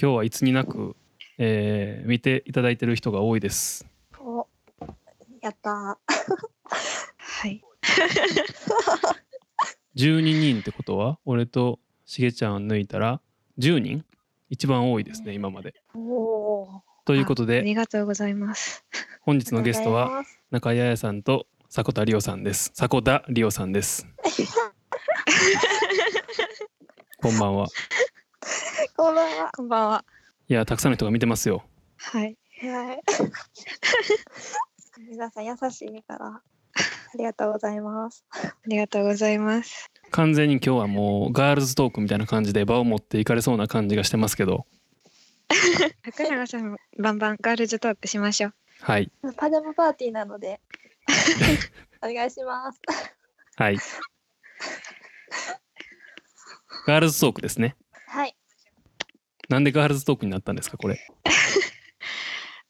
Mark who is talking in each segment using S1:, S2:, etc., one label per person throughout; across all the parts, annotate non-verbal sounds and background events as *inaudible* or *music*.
S1: 今日はいつになく、えー見ていただいてる人が多いです。
S2: おやった
S3: はい。
S1: 12人ってことは俺としげちゃんを抜いたら10人一番多いですね今まで。
S2: ーおー
S1: ということ
S3: あ
S1: で
S3: りがとうございます。
S1: 本日のゲストは中井彩さんと迫田理央さんです。迫田理央さんです。こんばんは。
S2: こんばんは
S3: こんばんは。
S1: いやたくさんの人が見てますよ。
S3: はい。
S2: はい皆さん優しいからありがとうございます
S3: ありがとうございます。
S1: 完全に今日はもうガールズトークみたいな感じで場を持っていかれそうな感じがしてますけど。
S3: 高永さんもバンバンガールズトークしましょう。
S1: はい。
S2: パジャマパーティーなの *laughs* でお願いします
S1: はい。ガールズトークですね。
S2: はい
S1: なんでガールズトークになったんですかこれ。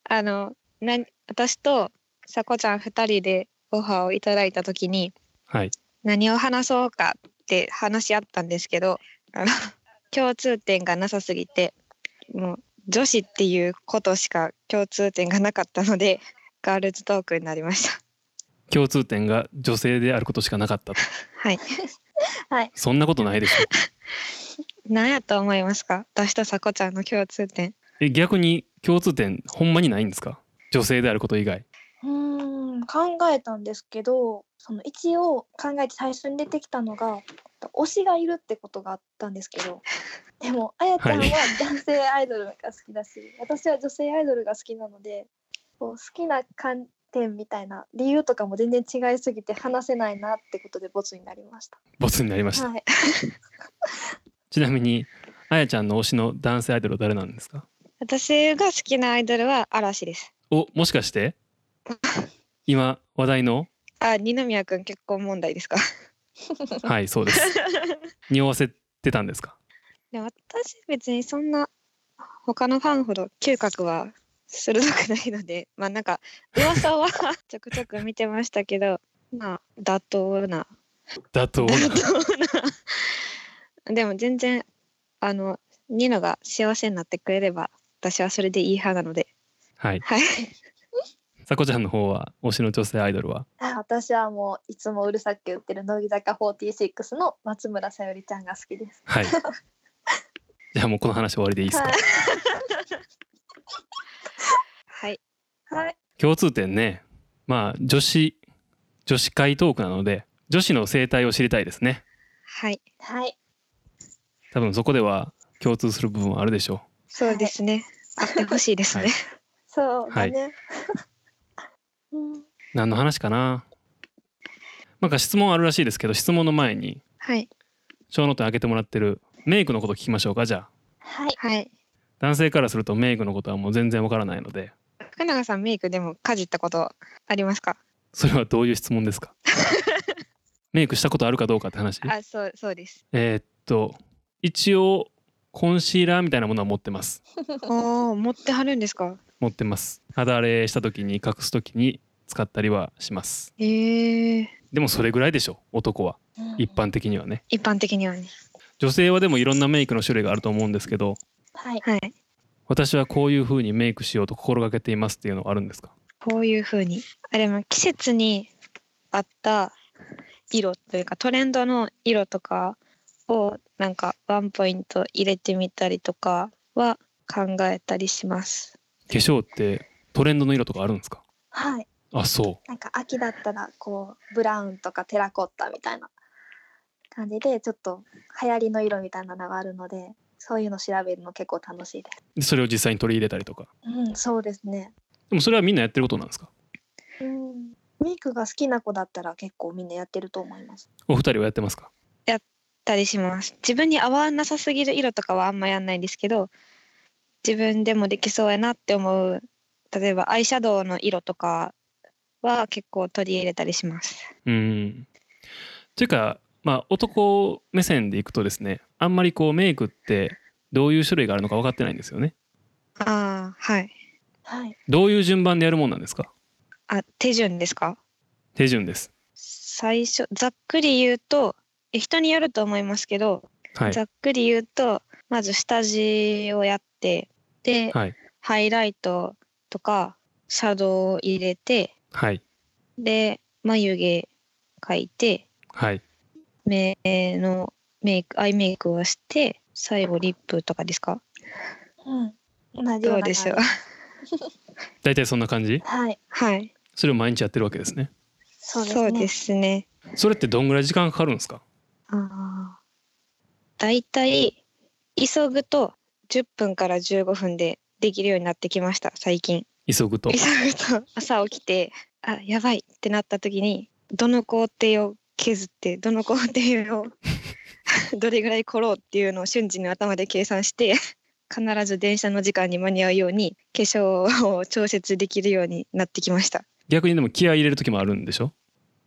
S3: あの、なん私とさこちゃん二人でオファーをいただいたときに
S1: はい。
S3: 何を話そうかって話し合ったんですけど、あの *laughs* 共通点がなさすぎて、もう女子っていうことしか共通点がなかったので、ガールズトークになりました。
S1: 共通点が女性であることしかなかったと。
S3: はい。
S2: はい
S1: そんなことないでしょ。
S3: 何やと思いますか私とさこちゃんの共通点。
S1: え逆に共通点ほんまにないんですか女性であること以外。
S2: うーん考えたんですけどその一応考えて最初に出てきたのが推しがいるってことがあったんですけどでもあやちゃんは
S1: はい
S2: 男性アイドルが好きだし、私は女性アイドルが好きなのでこう好きな観点みたいな理由とかも全然違いすぎて話せないなってことでボツになりました。
S1: ボツになりました。
S2: はい、
S1: ちなみに、あやちゃんの推しの男性アイドルは誰なんですか
S3: 私が好きなアイドルは嵐です。
S1: お、もしかして今話題の
S3: あ、二宮くん結婚問題ですか。 *laughs*
S1: はい、そう
S2: *laughs*
S1: です。匂わせてたんですか
S3: でも私別にそんな他のファンほど嗅覚は鋭くないので、 *laughs* まあなんか噂は *laughs* ちょくちょく見てましたけど、まあ妥当な
S1: 妥当な。
S3: 妥当な。でも全然あのニノが幸せになってくれれば私はそれでいい派なので、
S1: はい。
S3: *laughs* はい。
S1: さこちゃんの方は推しの女性アイドルは
S2: あ私はもういつもうるさく言ってる乃木坂46の松村さゆりちゃんが好きです。
S1: はい。じゃあもうこの話終わりでいいですか、
S2: はい
S3: はい。
S2: はい、
S1: 共通点ね。まあ、女子、女子会トークなので、女子の生態を知りたいですね。
S3: はい。
S2: はい、
S1: 多分そこでは共通する部分はあるでしょ
S3: そうですね。あってほしいですね。
S1: はい
S2: そうだね。うん
S1: う。何の話かななんか質問あるらしいですけど、質問の前に、
S3: はい。
S1: 小ノートに開けてもらってるメイクのこと聞きましょうか、じゃあ。
S2: はい、
S3: はい。
S1: 男性からするとメイクのことはもう全然わからないので、
S3: 福永さんメイクでもかじったことありますか
S1: それはどういう質問ですかメイクしたことあるかどうかって話
S3: あそうそうです。
S1: えーっと一応コンシーラーみたいなものは持ってます
S3: おお持ってはるんですか
S1: 持ってます肌荒れした時に隠す時に使ったりはします
S3: ええ
S1: でもそれぐらいでしょ男は一般的にはね
S3: 一般的にはね。
S1: 女性はでもいろんなメイクの種類があると思うんですけど
S2: はい、
S3: はい。
S1: 私はこういう風にメイクしようと心がけていますっていうのはあるんですか
S3: こういう風に。あれも季節に合った色というかトレンドの色とかをなんかワンポイント入れてみたりとかは考えたりします。
S1: 化粧ってトレンドの色とかあるんですか
S2: はい、
S1: あそ
S2: なんか秋だったらこうブラウンとかテラコッタみたいな感じでちょっと流行りの色みたいなのがあるのでそういうの調べるの結構楽しいです。
S1: うでそれを実際に取り入れたりとか
S2: うん、そうですね。
S1: でもそれはみんなやってることなんですか
S2: うん、メイクが好きな子だったら結構みんなやってると思います。
S1: お二人はやってますか
S3: たりします。自分に合わなさすぎる色とかはあんまやんないんですけど自分でもできそうやなって思う例えばアイシャドウの色とかは結構取り入れたりします。
S1: うん。というか、まあ、男目線でいくとですねあんまりこうメイクってどういう種類があるのか分かってないんですよね。
S3: ああはい。
S2: はい、
S1: どういう順番でやるもんなんですか
S3: あ手順ですか
S1: 手順です。
S3: 最初ざっくり言うとえ人によると思いますけど、
S1: はい
S3: ざ。っくり言うとまず下地をやってで、
S1: はい
S3: ハイライトとかシャドウを入れて
S1: はい
S3: で眉毛描いて
S1: はい
S3: 目のメイクアイメイクをして最後リップとかですか
S2: うん。同じよ
S3: ど
S2: う
S3: う
S2: な
S3: でしょう
S2: 感
S1: 大体そんな感じ
S2: じはい。
S3: *laughs* はい
S1: それを毎日やってるわけですね
S2: そうですね。
S3: そうですね
S1: それってどんぐらい時間かかるんですか
S3: あーだいたい急ぐと10分から15分でできるようになってきました最近
S1: 急ぐと
S3: 急ぐと朝起きてあやばいってなった時にどの工程を削ってどの工程を *laughs* どれぐらい来ろうっていうのを瞬時に頭で計算して必ず電車の時間に間に合うように化粧を調節できるようになってきました
S1: 逆にでも気合い入れる時もあるんでしょ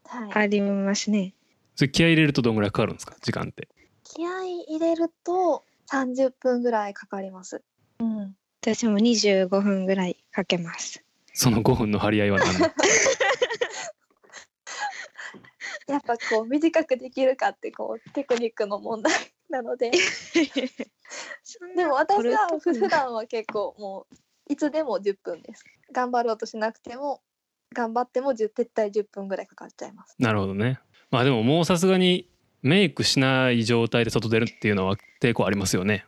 S2: はい。
S3: ありますね
S1: それ気合い入れるとどんぐらいかかるんですか時間って
S2: 気合い入れると30分ぐらいかかります。うん。
S3: 私も25分ぐらいかけ *laughs* ます
S1: その5分の張り合いは何
S2: やっぱこう短くできるかってこうテクニックの問題なので。でも私は普段は結構もういつでも10分です。頑張ろうとしなくても頑張っても10絶対10分ぐらいかかっちゃいます。
S1: なるほどねまあでももうさすがにメイクしない状態で外出るっていうのは抵抗ありますよね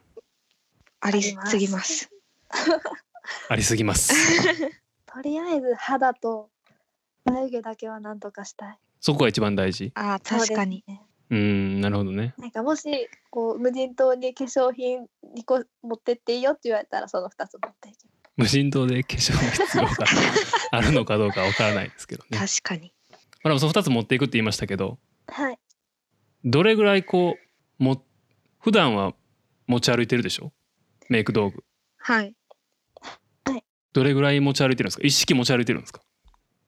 S3: ありすぎます
S1: ありすぎます
S2: とりあえず肌と眉毛だけはなんとかしたい。
S1: そこが一番大事
S3: あー確かに
S2: そうですね。
S1: うーんなるほどね
S2: なんかもしこう無人島に化粧品2個持ってっていいよって言われたらその2つ持っていきま
S1: 無人島で化粧の必要があるのかどうかわからないですけどねま
S3: 確かに
S1: あでもその2つ持っていくって言いましたけど
S2: す。はい。
S1: どれぐらいこうも普段は持ち歩いてるでしょメイク道具
S3: はい
S1: どれぐらい持ち歩いてるんですか一式持ち歩いてるんですか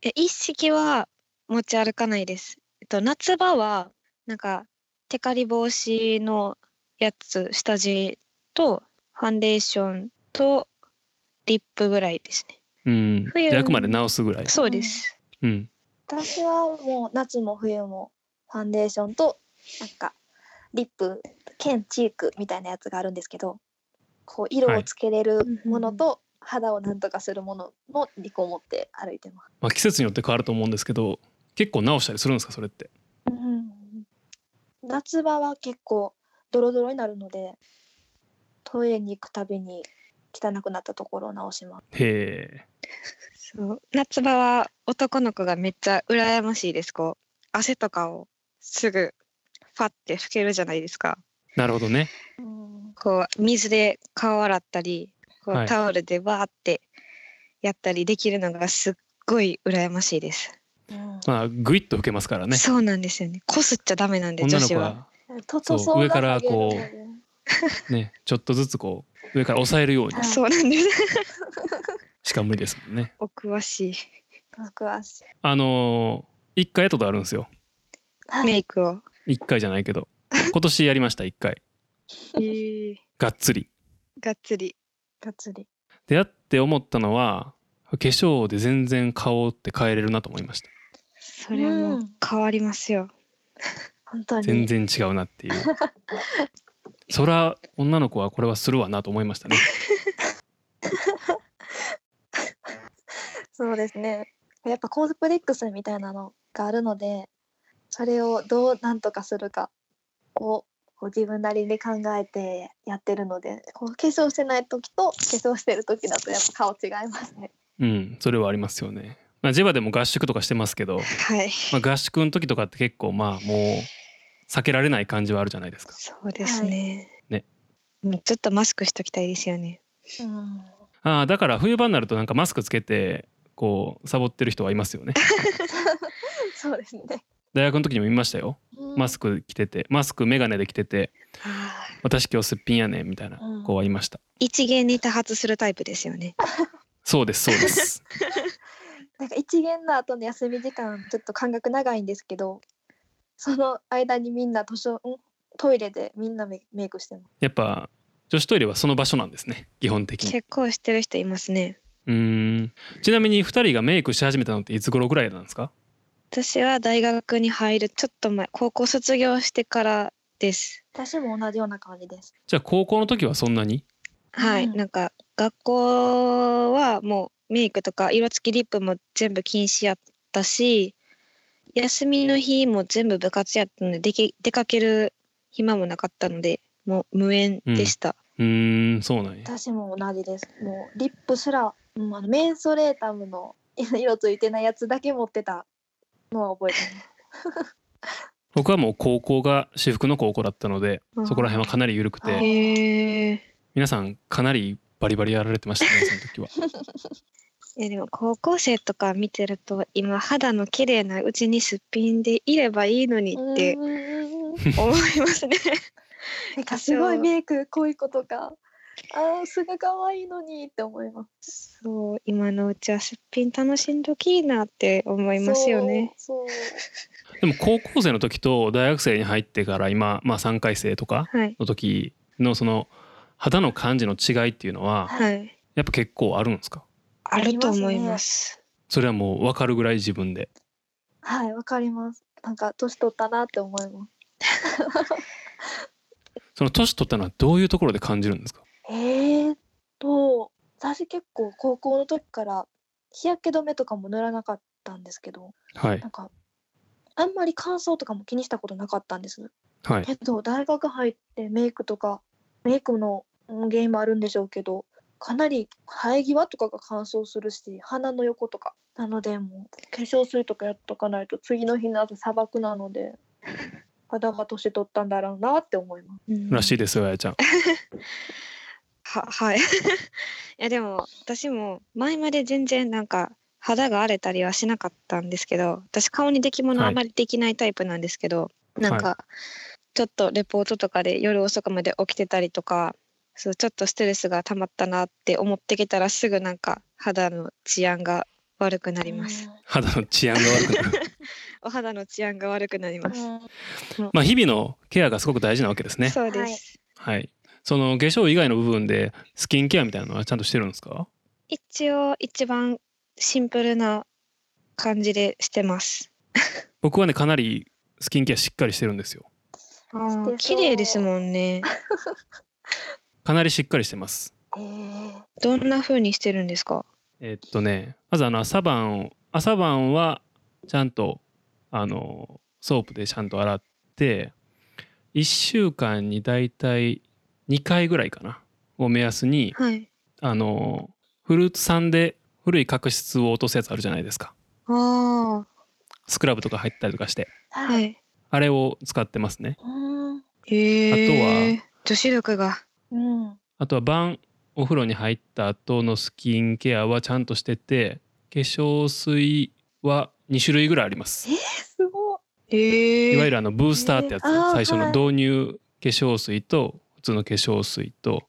S3: え一式は持ち歩かないです。えっと夏場はなんかテカリ防止のやつ下地とファンデーションとリップぐらいですね。
S1: うん
S3: 冬
S1: じゃああくまで直すぐらい
S3: そうです。
S1: うん
S2: 私はもう夏も冬もファンデーションとなんかリップ兼チークみたいなやつがあるんですけどこう色をつけれるものと肌をなんとかするものの2個持って歩いてます。
S1: まあ、季節によって変わると思うんですけど結構直したりするんですかそれって
S2: 夏場は結構ドロドロになるのでトイレに行くたびに汚くなったところを直します。
S1: へえ
S3: そう夏場は男の子がめっちゃ羨ましいです。こう汗とかをすぐファって拭けるじゃないですか。
S1: なるほどね
S3: こう水で顔洗ったりこ
S1: は
S3: う
S1: い
S3: タオルでバーってやったりできるのがすっごい羨ましいです。
S1: まあグイッと受けますからね
S3: そうなんですよね。こすっちゃダメなんで
S1: 女
S3: 女
S1: の子
S3: 子は。
S1: は
S2: と
S1: そう
S2: 塗装が
S1: 上から
S2: 下げるの
S1: こう
S2: で
S1: ねちょっとずつこう上から押さえるように
S2: はい
S3: そうなんです。
S1: しか無理ですもんね
S3: お詳しい
S2: 僕はし
S1: あのー、一回やったことあるんですよ
S2: はい
S3: メイクを。
S1: 一回じゃないけど今年やりました一回
S3: ええ
S1: がっつり
S3: がっつり。
S2: がっつり。
S1: でやって思ったのは化粧で全然顔って変えれるなと思いました
S3: それはもう
S2: うん
S3: 変わりますよ。
S2: 本当に
S1: 全然違うなっていうそら女の子はこれはするわなと思いましたね
S2: そうですねやっぱコンプレックスみたいなのがあるのでそれをどうなんとかするかをこう自分なりに考えてやってるのでこう化粧してない時と化粧してる時だとやっぱ顔違いますね。
S1: うんそれはありますよね、まあ、ジェバでも合宿とかしてますけど、
S3: はい。
S1: まあ、合宿の時とかって結構まあもう避けられない感じはあるじゃないですか
S3: そうですね。
S1: はいね。
S3: もうちょっとマスクしときたいですよね。
S2: うん、 *laughs*
S1: ああだから冬場になるとなんかマスクつけてこうサボってる人はいますよね
S2: そうですね。
S1: 大学の時にも見ましたよマス
S2: ク、
S1: ク着ててマスク眼鏡で着てて
S3: ああ。
S1: 私今日すっぴんやねんみたいな
S2: うん
S1: 子はいました
S3: 一元に多発するタイプですよね。
S1: そうですそうです
S3: *laughs*
S2: なんか一限の後の休み時間ちょっと間隔長いんですけどその間にみんな図書んトイレでみんなメメイクしてます。
S1: やっぱ女子トイレはその場所なんですね基本的に
S3: 結構してる人いますね。
S1: うーんちなみに2人がメイクし始めたのっていつ頃ぐらいなんですか
S3: 私は大学に入るちょっと前、高校卒業してからです。
S2: 私も同じような感じです。
S1: じゃあ高校の時はそんなに
S3: はい、
S2: うん
S3: なんか学校はもうメイクとか色付きリップも全部禁止やったし休みの日も全部部活やったのででき出かける暇もなかったのでもう無縁でした、
S1: うーんそうなんや。
S2: 私も同じです。もうリップすら、うん、あのメンソレータムの *laughs* 色ついてないやつだけ持ってたのは覚えてます。
S1: 僕はもう高校が私服の高校だったので
S3: うん
S1: そこら辺はかなり緩く
S2: あ
S1: て
S3: へえ
S1: 皆さんかなりバリバリやられてましたねその時は。
S3: いやでも高校生とか見てると今肌の綺麗なうちにすっぴんでいればいいのにって
S2: うんうんうん
S3: 思いますね。
S2: なんかすごいメイク濃い子とか、ああ、すが可愛いのにって思います。
S3: そう今のうちはすっぴん楽しんどきいなって思いますよね。
S2: そう。
S1: でも高校生の時と大学生に入ってから今、まあ、3回生とか
S3: はい
S1: の時のその肌の感じの違いっていうのは
S3: はい
S1: やっぱ結構あるんですか
S3: あると思います。
S1: それはもう分かるぐらい自分で。
S2: そうはい、わかります。なんか年取ったなって思います。
S1: その年取ったのはどういうところで感じるんですか
S2: えー、っと、私結構高校の時から日焼け止めとかも塗らなかったんですけど、
S1: はい
S2: なんかあんまり乾燥とかも気にしたことなかったんです。
S1: はい。
S2: けど大学入ってメイクとかメイクのうん原因もあるんでしょうけどかなり生え際とかが乾燥するし鼻の横とかなのでもう化粧水とかやっとかないと次の日の朝砂漠なので肌が年取ったんだろうなって思います。
S3: うん
S1: らしいですよあやちゃん。
S3: は *laughs* はい。いやでも私も前まで全然なんか肌が荒れたりはしなかったんですけど私顔にできもの
S1: はい
S3: あまりできないタイプなんですけど、なんかちょっとレポートとかで夜遅くまで起きてたりとかそうちょっとストレスが溜まったなって思ってきたらすぐなんか肌の治安が悪くなります。
S1: 肌の治安が悪くな
S3: *laughs*
S1: る。
S3: お肌の治安が悪くなり
S2: う
S3: ます。
S2: ん。
S1: まあ日々のケアがすごく大事なわけですね。
S3: そうです、
S1: はい。その化粧以外の部分でスキンケアみたいなのはちゃんとしてるんですか
S3: 一応一番シンプルな感じでしてます。
S1: 僕はねかなりスキンケアしっかりしてるんですよ。
S2: し
S3: あ
S2: てそう
S3: ー綺麗ですもん *laughs* ね。
S1: かなりしっかりしてます。
S2: えー
S3: どんな風にしてるんですか。
S1: えっとねまずあの朝晩を朝晩はちゃんとあのソープでちゃんと洗って1週間にだいたい2回ぐらいかなを目安に
S3: はい。
S1: あのフルーツ酸で古い角質を落とすやつあるじゃないですか
S3: あ
S1: スクラブとか入ったりとかして
S3: あ、
S2: は。
S3: はいい。
S1: あれを使ってますね
S2: うん。
S3: へ
S1: あ
S3: え。女子力が。
S2: うん。
S1: あとは晩お風呂に入った後のスキンケアはちゃんとしてて化粧水は2種類ぐらいあります
S2: すごい。
S3: へ
S1: いわゆるあのブースターってやつ、
S2: えーあー
S1: 最初の導入化粧水と普通の化粧水と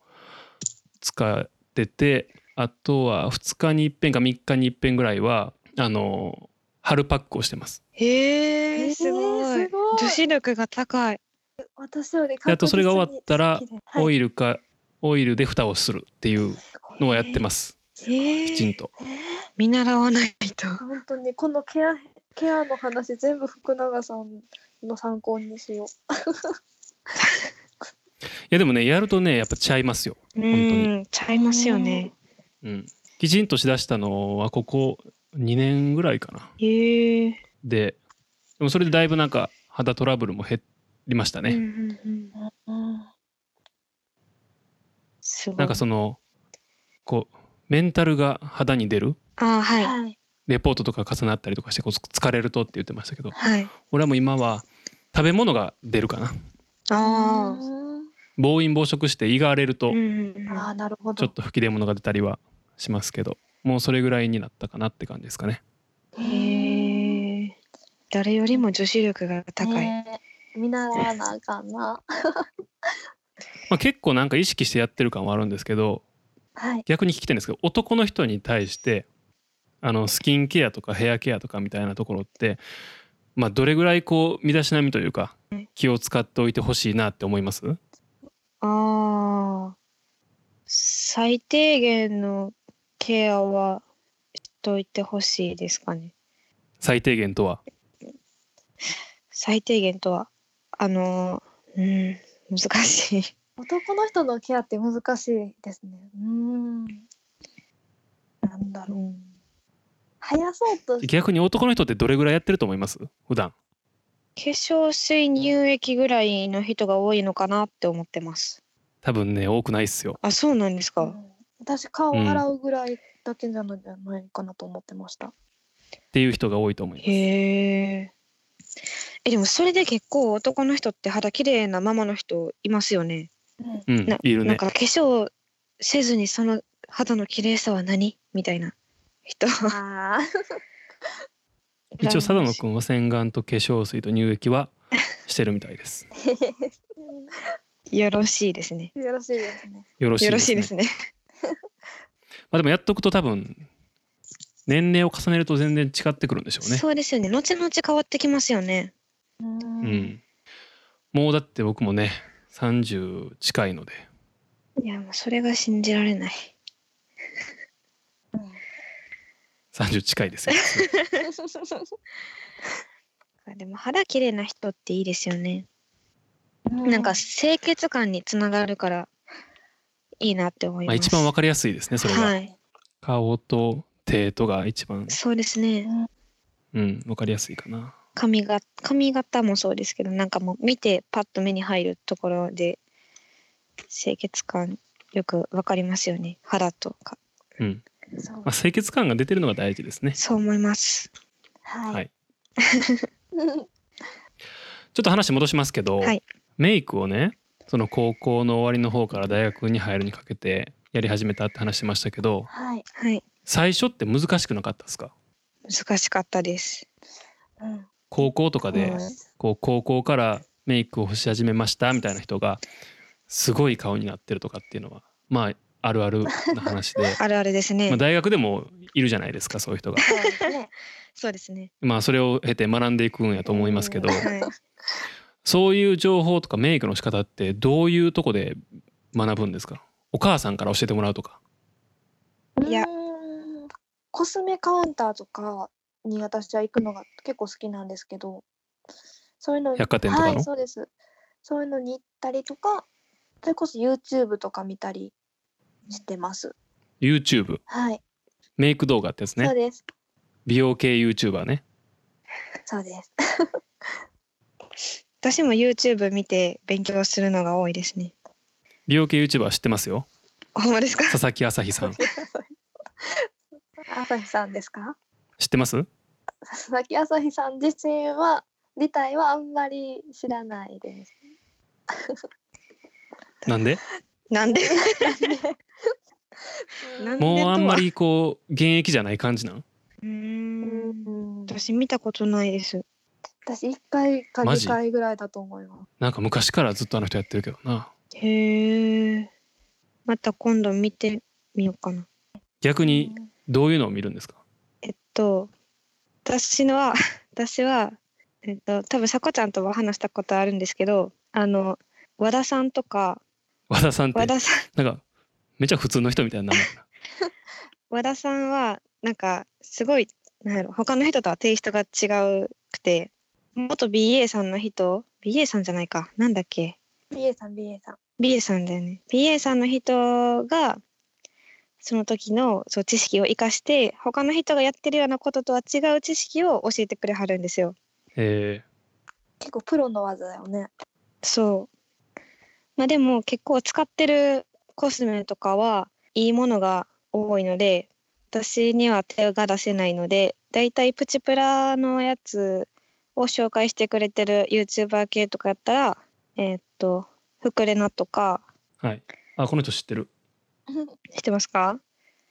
S1: 使っててあとは2日に1遍か3日に1遍ぐらいはあの春パックをしてます
S3: へえ。すご
S2: えー
S3: い
S2: す。ごい
S3: 女子力が高い。
S2: 私より
S1: であとそれが終わったら
S2: 確実に
S1: オ
S2: はい
S1: イルかオイルで蓋をするっていうのをやってます
S3: へ
S1: きちんと
S2: えー
S3: 見習わないと。
S2: 本当にこのケアケアの話全部福永さんの参考にしよう。
S1: いやでもねやるとねやっぱちゃいますよ、当
S3: う
S1: に
S3: ん、ちゃいますよね。
S1: うん、きちんとしだしたのはここ2年ぐらいかな
S3: へえ。
S1: ででもそれでだいぶなんか肌トラブルも減りましたね、
S3: うんうんうん。
S2: うん、
S3: すごい。
S1: なんかそのこうメンタルが肌に出る
S3: あー、はい。
S2: はい。
S1: レポートとか重なったりとかしてこう疲れるとって言ってましたけど
S3: はい。
S1: 俺はもう今は食べ物が出るかな
S3: ああ。
S2: うん
S1: 暴飲暴食して胃が荒れると
S3: うんうんうん。
S2: ああなるほ
S1: ちょっ
S2: ど。
S1: と吹き出物が出たりはしますけどもうそれぐらいになったかなって感じですかね
S2: え
S3: へえ。誰よりも女子力が高い。
S2: ねえ見習わなあかんな。
S1: まあ結構なんか意識してやってる感はあるんですけど
S2: はい。
S1: 逆に聞きたいんですけど男の人に対してあのスキンケアとかヘアケアとかみたいなところってまあどれぐらいこう身だしなみというか気を使っておいてほしいなって思います
S3: ああ、最低限のケアはしといてほしいですかね。
S1: 最低限とは
S3: 最低限とは、あの、うん、難しい。
S2: 男の人のケアって難しいですね。うーん。なんだ
S3: う
S2: ろう。
S3: ん、
S2: 生やそうとし
S1: 逆に男の人ってどれぐらいやってると思います普段
S3: 化粧水乳液ぐらいの人が多いのかなって思ってます。
S1: 多分ね多くないっすよ
S3: あ、そうなんです
S2: う
S3: か。
S2: ん私顔洗うぐらいだけじゃないかなと思ってました。
S1: っていう人が多いと思います
S3: へえ。え、でもそれで結構男の人って肌綺麗なままの人いますよね。
S2: うん
S1: うん
S3: ない
S1: る
S3: なん
S1: ね
S3: か化粧せずにその肌の綺麗さは何みたいな人。
S2: あー
S1: 一応佐野くんは洗顔と化粧水と乳液
S3: *laughs*
S1: はしてるみたいです
S3: よろしいですね。
S2: *laughs* よろしいですね。
S1: よろしい
S3: よ
S1: で
S3: ろ
S1: す
S3: し
S1: ね
S3: いですね。
S1: まあでもやっとくと多分年齢を重ねると全然違ってくるんでしょうね
S3: そうですよね。後々変わってきますよね。
S2: う。
S1: うんんもうだって僕もね30近いので
S3: いや、もうそれが信じられない。
S1: 30近い
S3: *laughs*
S1: ですよ
S3: でも肌綺麗な人っていいですよね。
S2: う
S3: なんか清潔感につながるからいいなって思い
S1: まあ
S3: ます。
S1: 一番わかりやすいですねそれが、
S3: はい。
S1: 顔と手とが一番
S3: そうですね。
S1: うんわかりやすいかな
S3: 髪が髪型もそうですけど、なんかもう見てパッと目に入るところで清潔感よくわかりますよね。肌とか。
S1: うん、
S2: そう
S1: まあ、清潔感が出てるのが大事ですね
S3: そう思います。
S1: は
S2: はいい。
S1: ちょっと話戻しますけど、
S3: はい
S1: メイクをねその高校の終わりの方から大学に入るにかけてやり始めたって話してましたけど
S2: はい。
S3: はい。
S1: 最初って難しくなかったですか
S3: 難しかったです。
S2: うん。
S1: 高校とかで
S3: うん
S1: こう高校からメイクをし始めましたみたいな人がすごい顔になってるとかっていうのはまああるあるな話
S3: *laughs*
S1: で、
S3: あるあるですね。
S1: まあ、大学でもいるじゃないですかそういう人が。
S2: そうですね。
S3: そうですね。
S1: まあそれを経て学んでいくんやと思いますけど
S3: はい。
S1: そういう情報とかメイクの仕方ってどういうとこで学ぶんですかお母さんから教えてもらうとか。
S3: いや
S2: うーんコスメカウンターとかに私は行くのが結構好きなんですけどそういうのに
S1: 百貨店とかの
S2: はいそうですそういうのに行ったりとかそれこそ YouTube とか見たりしてます
S1: YouTube
S2: はい、
S1: メイク動画ってやつ
S2: そう
S1: ね
S2: です
S1: 美容系 YouTuber ね
S2: そうです
S3: 私も YouTube 見て勉強するのが多いですね。
S1: 美容系 YouTuber 知ってますよ
S3: ほんまですか？
S1: 佐々木あさひさん知
S2: 朝日さんですか
S1: ってます
S2: 佐々木朝日さん自身は自体はあんまり知らないです
S1: なんで
S3: なんで？なんで
S1: もうあんまりこう現役じゃない感じなん
S3: うー。
S2: うんん
S3: 私見たことないです。
S2: 私1回か
S1: マジ
S2: 2回ぐらいだと思います
S1: なんか昔からずっとあの人やってるけどな
S3: へえ。また今度見てみようかな。
S1: 逆に
S2: うん
S1: どういうのを見るんですか
S3: えっと私のは *laughs* 私はえっと多分さこちゃんとは話したことあるんですけど、あの和田さんとか
S1: 和田さんって
S3: 和田さん *laughs*
S1: なんかめちゃ普通の人みたいな名前だな
S3: 和田さんはなんかすごいなんやろ他の人とはテイストが違うくて元 BA さんの人 BA さんじゃないかなんだっけ
S2: BA さん BA さん
S3: BA さんだよね BA さんの人がその時のそう知識を生かして他の人がやってるようなこととは違う知識を教えてくれはるんですよ。
S1: え
S2: 結構プロの技だよね *laughs*
S3: そうまあでも結構使ってるコスメとかはいいものが多いので私には手が出せないのでだいたいプチプラのやつを紹介してくれてる YouTuber 系とかやったらえーっとフクレナとか
S1: ーはいあこの人知ってる
S3: 知ってますか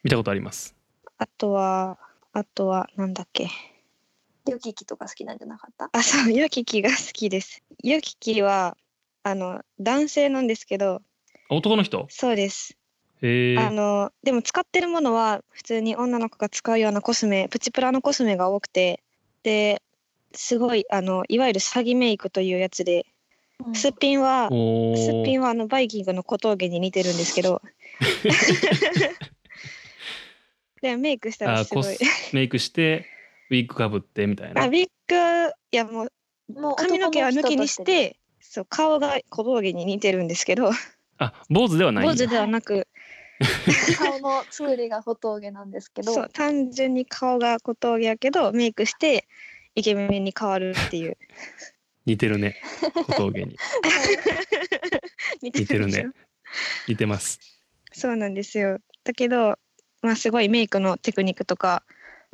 S1: 見たことあります
S3: あとはあとはなんだっけ
S2: ヨキキとか好きなんじゃなかった
S3: あそうヨキキが好きですヨキキはあの男性なんですけど
S1: あ男の人
S3: そうです
S1: へえ
S3: あのでも使ってるものは普通に女の子が使うようなコスメプチプラのコスメが多くてですごいあのいわゆる詐欺メイクというやつで、すっぴんは
S1: お
S3: すっぴ
S1: ー
S3: んはあのバイキングの小峠に似てるんですけ *laughs* どでもメイクしたら
S1: あ
S3: すご
S1: コ
S3: い
S1: スメイクしてウィッグかぶってみたい
S3: あ
S1: な
S3: ビッグいやもう
S2: もう
S3: 髪の毛は抜きにしてそう顔が小峠に似てるんですけど
S1: あ坊主ではないんだ
S3: 坊主ではなく
S2: 顔の作りが小峠なんですけど
S3: そう単純に顔が小峠やけどメイクしてイケメンに変わるっていう
S1: 似てるね小峠に
S3: *laughs* 似
S1: 似てる
S3: でしょ
S1: ね似てます
S3: そうなんですよだけど、まあ、すごいメイクのテクニックとか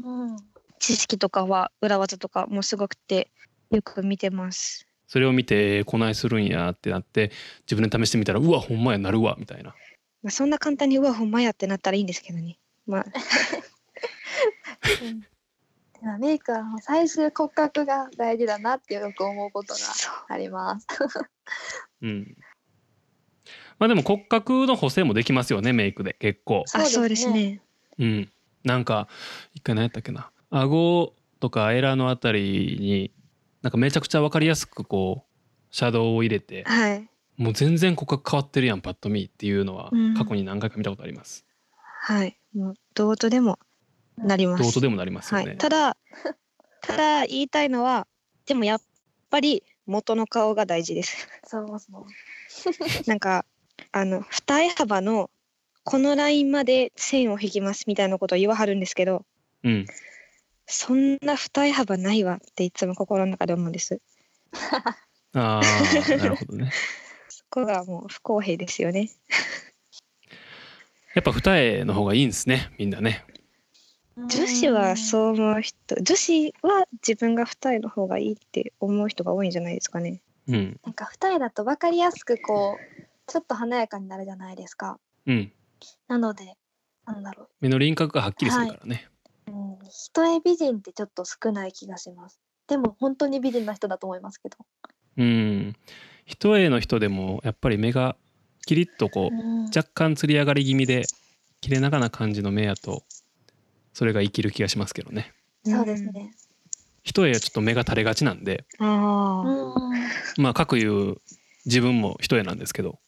S2: うん
S3: 知識とかは裏技とかもすごくてよく見てます
S1: それを見てこないするんやってなって自分で試してみたらうわほんまやなるわみたいな
S3: まあ、そんな簡単にうわほんまやってなったらいいんですけどねま *laughs* あ
S2: うんではメイクはもう最終骨格が大事だなってよく思うことが
S3: そう
S2: あります。
S1: うんまあでも骨格の補正もできますよねメイクで結構
S3: あそうですね
S1: うん、なんか一回何やったっけな顎とかエラのあたりになんかめちゃくちゃ分かりやすくこうシャドウを入れて
S3: はい
S1: もう全然骨格変わってるやんパッと見っていうのは
S3: うん
S1: 過去に何回か見たことあります。
S3: はいもうどうとでもなります
S1: どうとでもなりますよ
S3: は
S1: ね
S3: い、。ただただ言いたいのはでもやっぱり元の顔が大事です
S2: そうそう。
S3: なんかあの二重幅のこのラインまで線を引きますみたいなことを言わはるんですけど
S1: うん、
S3: そんな二重幅ないわっていつも心の中で思うんです
S1: ああなるほどね。
S3: そこがもう不公平ですよね
S1: やっぱ二重の方がいいんですねみんなね。
S3: 女子はそう思う人女子は自分が二重の方がいいって思う人が多いんじゃないですかね
S1: うん
S2: なんか二重だと分かりやすくこうちょっと華やかになるじゃないですか。
S1: うん、
S2: なのでなんだろ
S1: 目の輪郭がはっきりするからね。
S2: う、うん、一重美人ってちょっと少ない気がします。でも本当に美人な人だと思いますけど。
S1: うん一重の人でもやっぱり目がキリッとこう
S2: うん
S1: 若干つり上がり気味で切れ長な感じの目やとそれが生きる気がしますけどね
S2: そうですね。
S1: 一重はちょっと目が垂れがちなんで
S3: ああ、
S2: うん、
S1: まあ各いう自分も一重なんですけど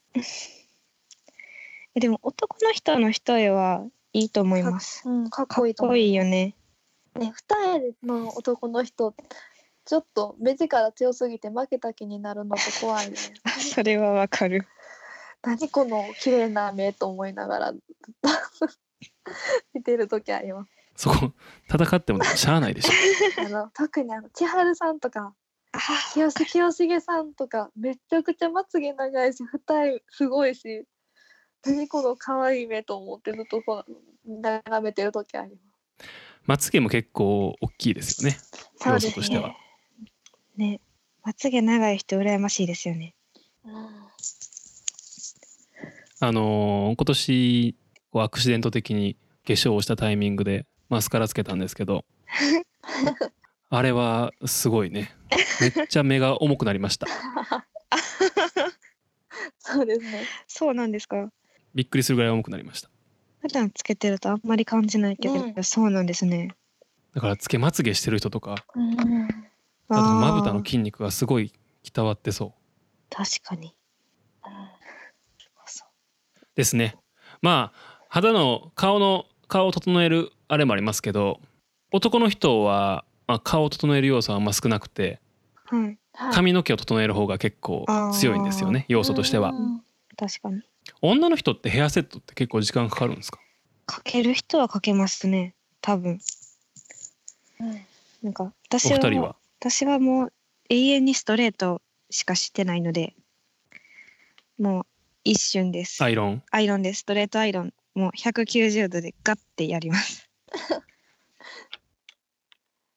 S3: えでも男の人の一重はいいと思います
S2: うん、かっ
S3: か
S2: こい
S3: っ
S2: いと思
S3: こ
S2: う。
S3: いいよね
S2: ね、二重の男の人ちょっと目力強すぎて負けた気になるのと怖いね。
S3: それはわかる
S2: *laughs* 何この綺麗な目と思いながらずっと *laughs* 見てる時あります。
S1: そこ戦ってもしゃあないでしょ
S2: あの特にあの千春さんとか
S3: あ
S2: 清瀬清重さんとかめちゃくちゃまつげ長いし二重すごいし何この可愛い目と思ってずっとこう眺めてる時あり
S1: まつげも結構大きいですよね
S2: ま
S1: 要
S2: す。
S1: 素としては、
S3: ねまつげ長い人羨ましいですよね
S2: うん
S1: あのー今年こうアクシデント的に化粧をしたタイミングでマスカラつけたんですけどあれはすごいねめっちゃ目が重くなりました
S2: そうですね。
S3: そうなんですか
S1: びっくりするぐらい重くなりました
S3: 普段つけてるとあんまり感じないけど、
S2: ね
S3: そうなんですね
S1: だからつけまつげしてる人とか
S2: うん
S1: あと
S3: ー
S1: まぶたの筋肉がすごい伝わってそ
S3: 確かに
S1: うですねまあ肌の顔の顔を整えるあれもありますけど男の人は、まあ、顔を整える要素はあんま少なくて
S3: はい
S2: はい
S1: 髪の毛を整える方が結構強いんですよね要素としては
S2: うん
S3: 確かに
S1: 女の人ってヘアセットって結構時間かかるんですか
S3: かける人はかけますね多分
S2: うん
S3: なんか
S1: お
S3: 私
S1: 二
S3: は
S1: 人は
S3: 私はもう永遠にストレートしかしてないのでもう一瞬です、
S1: アイロン
S3: アイロンですストレートアイロンもう190度でガッてやります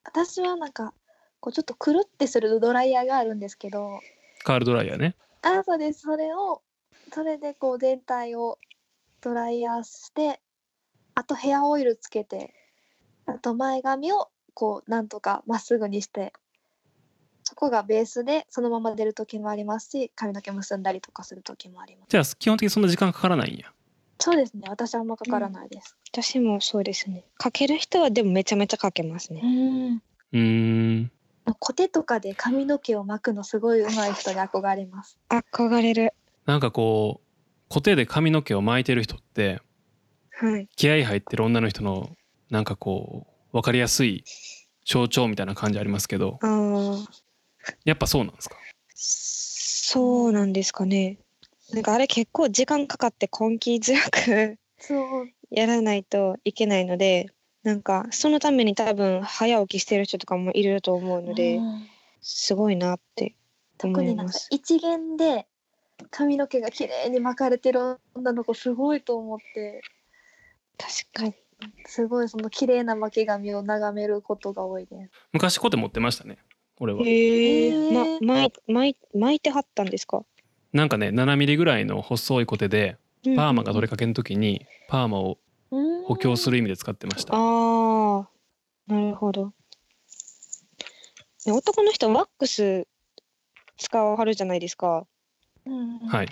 S2: 私はなんかこうちょっとくるってするドライヤーがあるんですけど
S1: カールドライヤーね
S2: あそうですそれをそれでこう全体をドライヤーしてあとヘアオイルつけてあと前髪をこうなんとかまっすぐにしてそこがベースでそのまま出る時もありますし髪の毛結んだりとかする時もあります
S1: じゃあ基本的にそんな時間かからないんや
S2: そうですね私はあんまかからないです
S3: 私もそうですねかける人はでもめちゃめちゃかけますね
S2: うん
S1: うーん
S2: コテとかで髪の毛を巻くのすごい上手い人に憧れます
S3: 憧れる
S1: なんかこう固定で髪の毛を巻いてる人って
S3: はい
S1: 気合入ってる女の人のなんかこう分かりやすい象徴みたいな感じありますけど
S3: あー
S1: やっぱそうなんですか
S3: そそうなんですかね。なんかあれ結構時間かかって根気強く *laughs*
S2: そう
S3: やらないといけないので、なんかそのために多分早起きしてる人とかもいると思うので、
S2: うん
S3: すごいなって思
S2: 特
S3: い
S2: になん
S3: ま
S2: か
S3: す。
S2: 一元で髪の毛が綺麗に巻かれてる女の子すごいと思って
S3: 確かに。
S2: すごいその綺麗な巻き髪を眺めることが多いです。
S1: 昔コテ持ってましたね俺は
S3: へ
S2: え
S3: え。ま、巻い、巻い、巻いてはったんですか。
S1: なんかね7ミリぐらいの細いコテでパーマが取れかけの時にパーマを補強す
S2: る、
S1: る意味で使ってました
S3: ああ、なるほど。ね男の人ワックス使わはるじゃないですか。
S1: はいい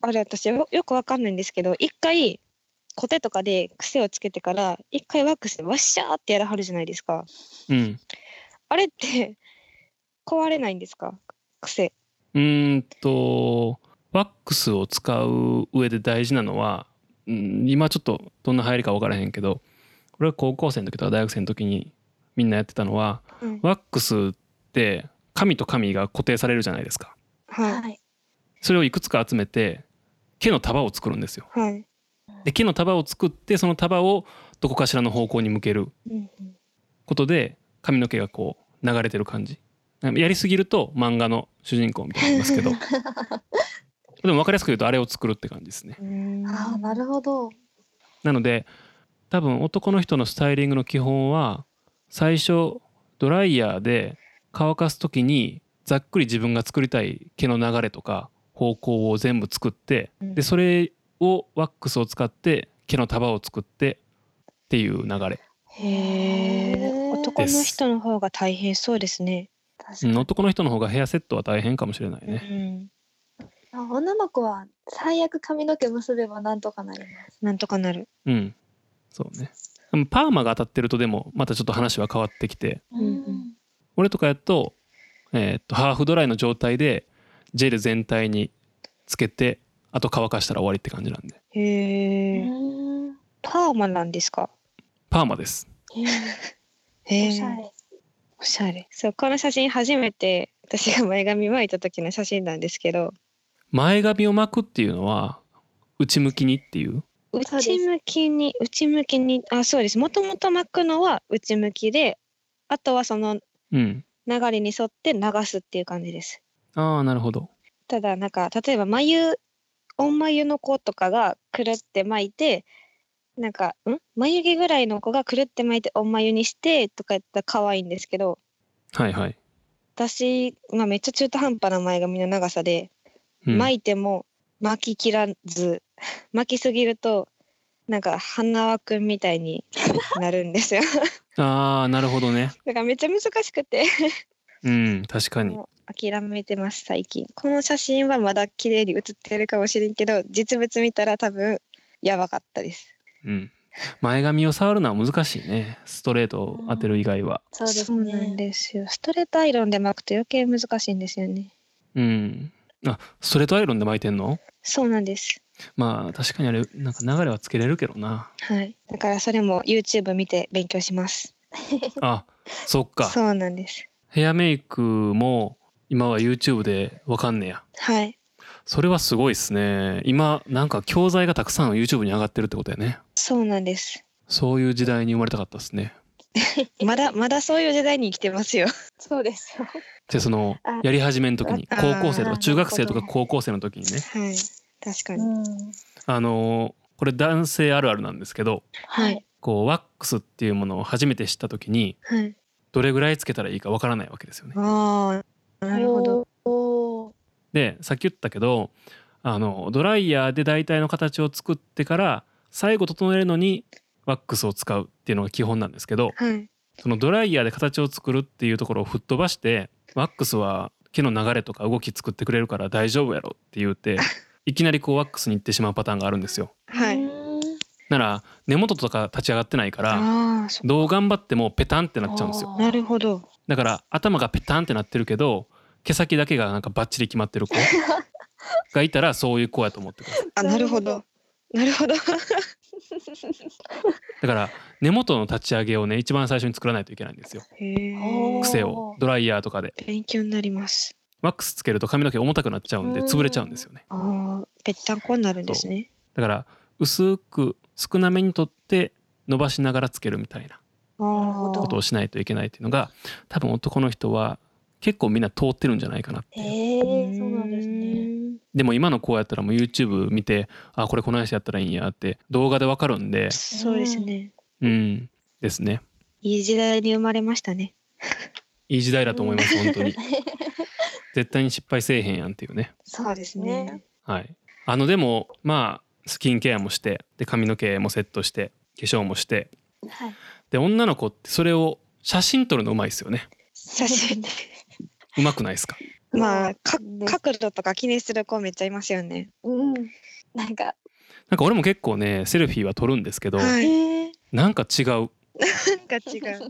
S3: あれ私よよくわかんないんですけど、一回コテとかで癖をつけてから一回ワックスでワッシャーってやらはるじゃないですか。
S1: うん
S3: あれって壊れないんですか癖。
S1: うーんとワックスを使う上で大事なのは、うん、今ちょっとどんな流行りか分からへんけど俺は高校生の時とか大学生の時にみんなやってたのは
S3: うん
S1: ワックスって紙と紙が固定されるじゃないですか
S3: はい
S2: はい
S1: それをいくつか集めて毛の束を作るんですよ
S3: はい。
S1: で毛の束を作ってその束をどこかしらの方向に向ける
S3: うん
S1: ことで髪の毛がこう流れてる感じなんかやりすぎると漫画の主人公みたいになります
S3: *laughs*
S1: けどでも分かりやすく言うとあれを作るって感じですね
S3: うん
S2: ああなるほど。
S1: なので多分男の人のスタイリングの基本は最初ドライヤーで乾かす時にざっくり自分が作りたい毛の流れとか方向を全部作って
S3: うん
S1: でそれをワックスを使って毛の束を作ってっていう流れ
S3: へえ。男の人の方が大変そうですね。
S2: 確
S1: う
S2: か
S1: ん
S2: に
S1: 男の人の方がヘアセットは大変かもしれないうね
S3: ん。
S2: あ女の子は最悪髪の毛結べばなんとかなります。
S3: なんとかなる。
S1: うんそうねでもパーマが当たってるとでもまたちょっと話は変わってきて
S3: うんうん
S1: 俺とかやと,、えーっとハーフドライの状態でジェル全体につけてあと乾かしたら終わりって感じなんで
S3: へ
S2: う
S3: え。
S2: んうん
S3: パーマなんですか。
S1: パーマです
S3: へ
S2: お
S3: え
S2: しゃれ。
S3: おしゃれ。そうこの写真初めて私が前髪巻いた時の写真なんですけど、
S1: 前髪を巻くっていうのは内向きにっていう
S2: そうです
S3: 内向きに内向きにあそうです。もともと巻くのは内向きで、あとはその
S1: うん
S3: 流れに沿って流すっていう感じです。
S1: ああなるほど
S3: ただなんか例えば眉お眉の子とかがくるって巻いて。なんかん眉毛ぐらいの子がくるって巻いてお眉にしてとかやったら可愛いんですけど
S1: はいはい、
S3: 私、まあ、めっちゃ中途半端な前髪の長さで、
S1: うん
S3: 巻いても巻ききらず *laughs* 巻きすぎるとなんか花輪くんみた
S1: *laughs*
S3: いになるんですよ *laughs*
S1: ああなるほどね
S3: だからめっちゃ難しくて
S1: うん確かに
S3: もう諦めてます最近この写真はまだ綺麗に写ってるかもしれんけど実物見たら多分やばかったです
S1: うん前髪を触るのは難しいねストレートを当てる以外は
S2: そうです
S3: なん
S2: ね。
S3: ですよストレートアイロンで巻くと余計難しいんですよね
S1: うんあストレートアイロンで巻いてんの
S3: そうなんです
S1: まあ確かにあれなんか流れはつけれるけどな
S3: はいだからそれも YouTube 見て勉強します
S1: あそっか
S3: そうなんです
S1: ヘアメイクも今は YouTube でわかんねや
S3: はい
S1: それはすごいっすね今なんか教材がたくさん YouTube に上がってるってことやね
S3: そうなんです。
S1: そういう時代に生まれたかったっすね
S3: まだまだそういう時代に生きてますよ。
S2: そうですよ。
S1: でその
S2: あ
S1: やり始めの時に
S3: あ
S1: 高校生とか
S3: あー
S1: 中学生とか高校生の時にね
S3: はい。確か
S2: う
S3: に。
S2: ん
S1: あのーこれ男性あるあるなんですけど
S3: はい。
S1: こうワックスっていうものを初めて知った時に
S3: はい。
S1: どれぐらいつけたらいいかわからないわけですよね
S3: ああ、なるほど。
S2: おー
S1: でさっき言ったけどあのドライヤーで大体の形を作ってから最後整えるのにワックスを使うっていうのが基本なんですけど
S3: はい。
S1: そのドライヤーで形を作るっていうところを吹っ飛ばしてワックスは毛の流れとか動き作ってくれるから大丈夫やろって言うていきなりこうワックスに行ってしまうパターンがあるんですよ。
S3: は
S2: う
S3: い。
S2: ん
S1: なら根元とか立ち上がってないから
S3: ああ、そ
S1: どう頑張ってもペタンってなっちゃうんですよ。
S2: あ
S3: う。
S2: ー
S3: なるほど。
S1: だから頭がペタンってなってるけど毛先だけがなんかバッチリ決まってる子がいたらそういう子やと思ってください
S3: あ、なるほど。なるほど。
S1: だから根元の立ち上げをね一番最初に作らないといけないんですよ
S3: へえ。
S2: おー
S1: 癖をドライヤーとかで
S3: 勉強になります。
S1: ワックスつけると髪の毛重たくなっちゃうんで
S2: うん
S1: 潰れちゃうんですよね
S3: ああ、ぺったんこになるんですね。
S1: だから薄く少なめに取って伸ばしながらつけるみたいな
S3: あ
S2: なる
S1: こ
S2: ほ
S1: と
S3: あ、
S1: をしないといけないっていうのが多分男の人は結構みんな通ってるんじゃないかな
S2: *laughs*
S1: っていう
S2: へえそうなんですね。
S3: ね。
S1: でも今の子やったらもう YouTube 見てあこれこの話やったらいいんやって動画でわかるんで
S3: そうですね。
S1: うんですね
S3: いい時代に生まれましたね。
S1: いい時代だと思います本
S3: *laughs*
S1: 当に絶対に失敗せえへんやんっていうね
S3: そうですね。
S1: はい、あのでもまあスキンケアもしてで髪の毛もセットして化粧もして
S2: はい、
S1: で女の子ってそれを写真撮るのうまいですよね
S3: 写 *laughs* 真で。
S1: うまくないですか
S3: まあ、か
S2: ね
S3: 角度とか気にする子めっちゃいますよ *laughs* ね。
S2: うん、なんか、
S1: なんか俺も結構ねセルフィーは撮るんですけど、
S3: はい。
S2: え
S1: なんか違う
S3: なんか違
S2: ー
S3: う。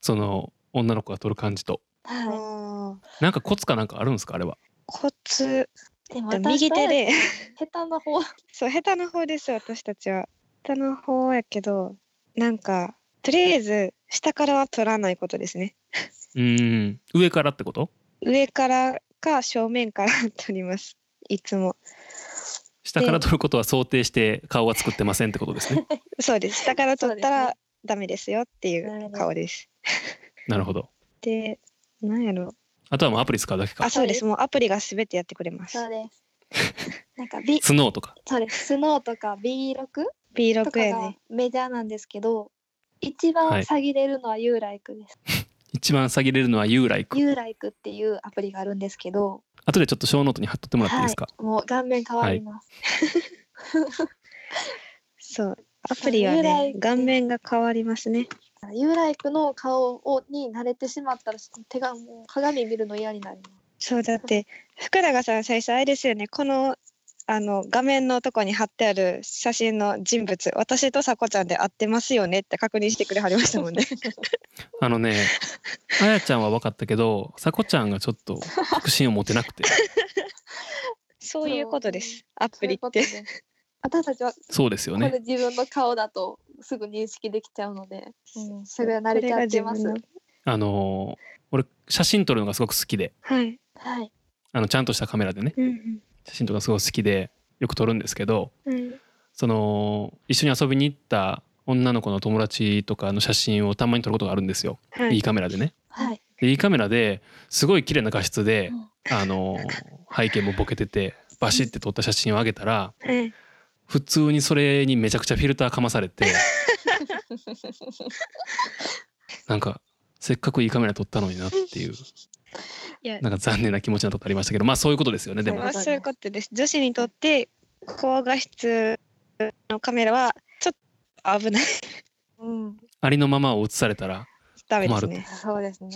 S1: その女の子が撮る感じと
S2: は
S3: ああ、
S1: なんかコツかなんかあるんですかあれは
S3: コツ。
S2: い、でも
S3: 右手で。
S2: 下手な方
S3: そう下手な方です私たちは下手な方やけどなんかとりあえず下からは取らないことですね
S1: うん上からってこと
S3: 上からか正面から取りますいつも
S1: 下から撮ることは想定して顔は作ってませんってことですね
S3: そうです下から取った
S2: そうで
S3: ら
S2: す
S3: ダメですよってい
S2: なるほ
S3: う
S2: ど
S3: 顔です
S1: なるほど
S3: でなんやろ
S1: あとはもうアプリ使うだけか
S3: あそうです
S2: そ
S3: もうアプリが全てやってくれます
S2: そうですなんか B
S1: スノーとか
S2: そうですスノーとか B6 と
S3: B6
S2: か
S3: や
S2: が
S3: ね
S2: メジャーなんですけど一
S1: はい
S2: 番下げれるのはユーライクです、
S1: 一番下げれるのは You Like
S2: ユーライクっていうアプリがあるんですけど
S1: 後でちょっとショーノートに貼っとってもらっていいですか、
S2: はい、もう顔面変わります、そう
S3: アプリは
S2: 由来
S3: ね
S2: って
S3: 顔面が変わりますね
S2: ユーライクの顔をに慣れてしまったらちょっと手がもう鏡見るの嫌になります
S3: そうだって福永さん最初あれですよねこのあの画面のとこに貼ってある写真の人物私とさこちゃんで合ってますよねって確認してくれはりましたもんね
S1: あのね、あやちゃんは分かったけど、さこちゃんがちょっと確信を持てなくて、
S3: *laughs* そういうことですア
S2: そ
S3: プ
S2: うい
S3: リ
S2: うこ
S3: っ
S2: と
S3: て
S2: です私たちは
S1: そうですよ
S2: これ
S1: ね。
S2: 自分の顔だとすぐ認識できちゃうので、うん、それは慣れちゃってます
S3: これが自分の
S1: あのー俺写真撮るのがすごく好きで、
S3: はい、
S2: はい
S1: あのちゃんとしたカメラでね、
S3: うん
S1: 写真とかすごく好きでよく撮るんですけど、
S3: うんうん、
S1: その一緒に遊びに行った女の子の友達とかの写真をたまに撮ることがあるんですよ。
S3: はい
S1: いいカメラでね。
S2: はい
S3: *laughs*
S1: でいいカメラですごい綺麗な画質で
S2: うん、
S1: あのー背景もボケてて、バシって撮った写真をあげたら、
S3: はい
S1: 普通にそれにめちゃくちゃフィルターかまされて。 *laughs* なんかせっかくいいカメラ撮ったのになっていう
S3: いや
S1: なんか残念な気持ちなとこありましたけどまあそういうことですよねでも
S3: まあそういうことです女子にとって高画質のカメラはちょっと危ない
S2: うん
S1: ありのままを映されたら
S3: ダメですね
S2: そうですね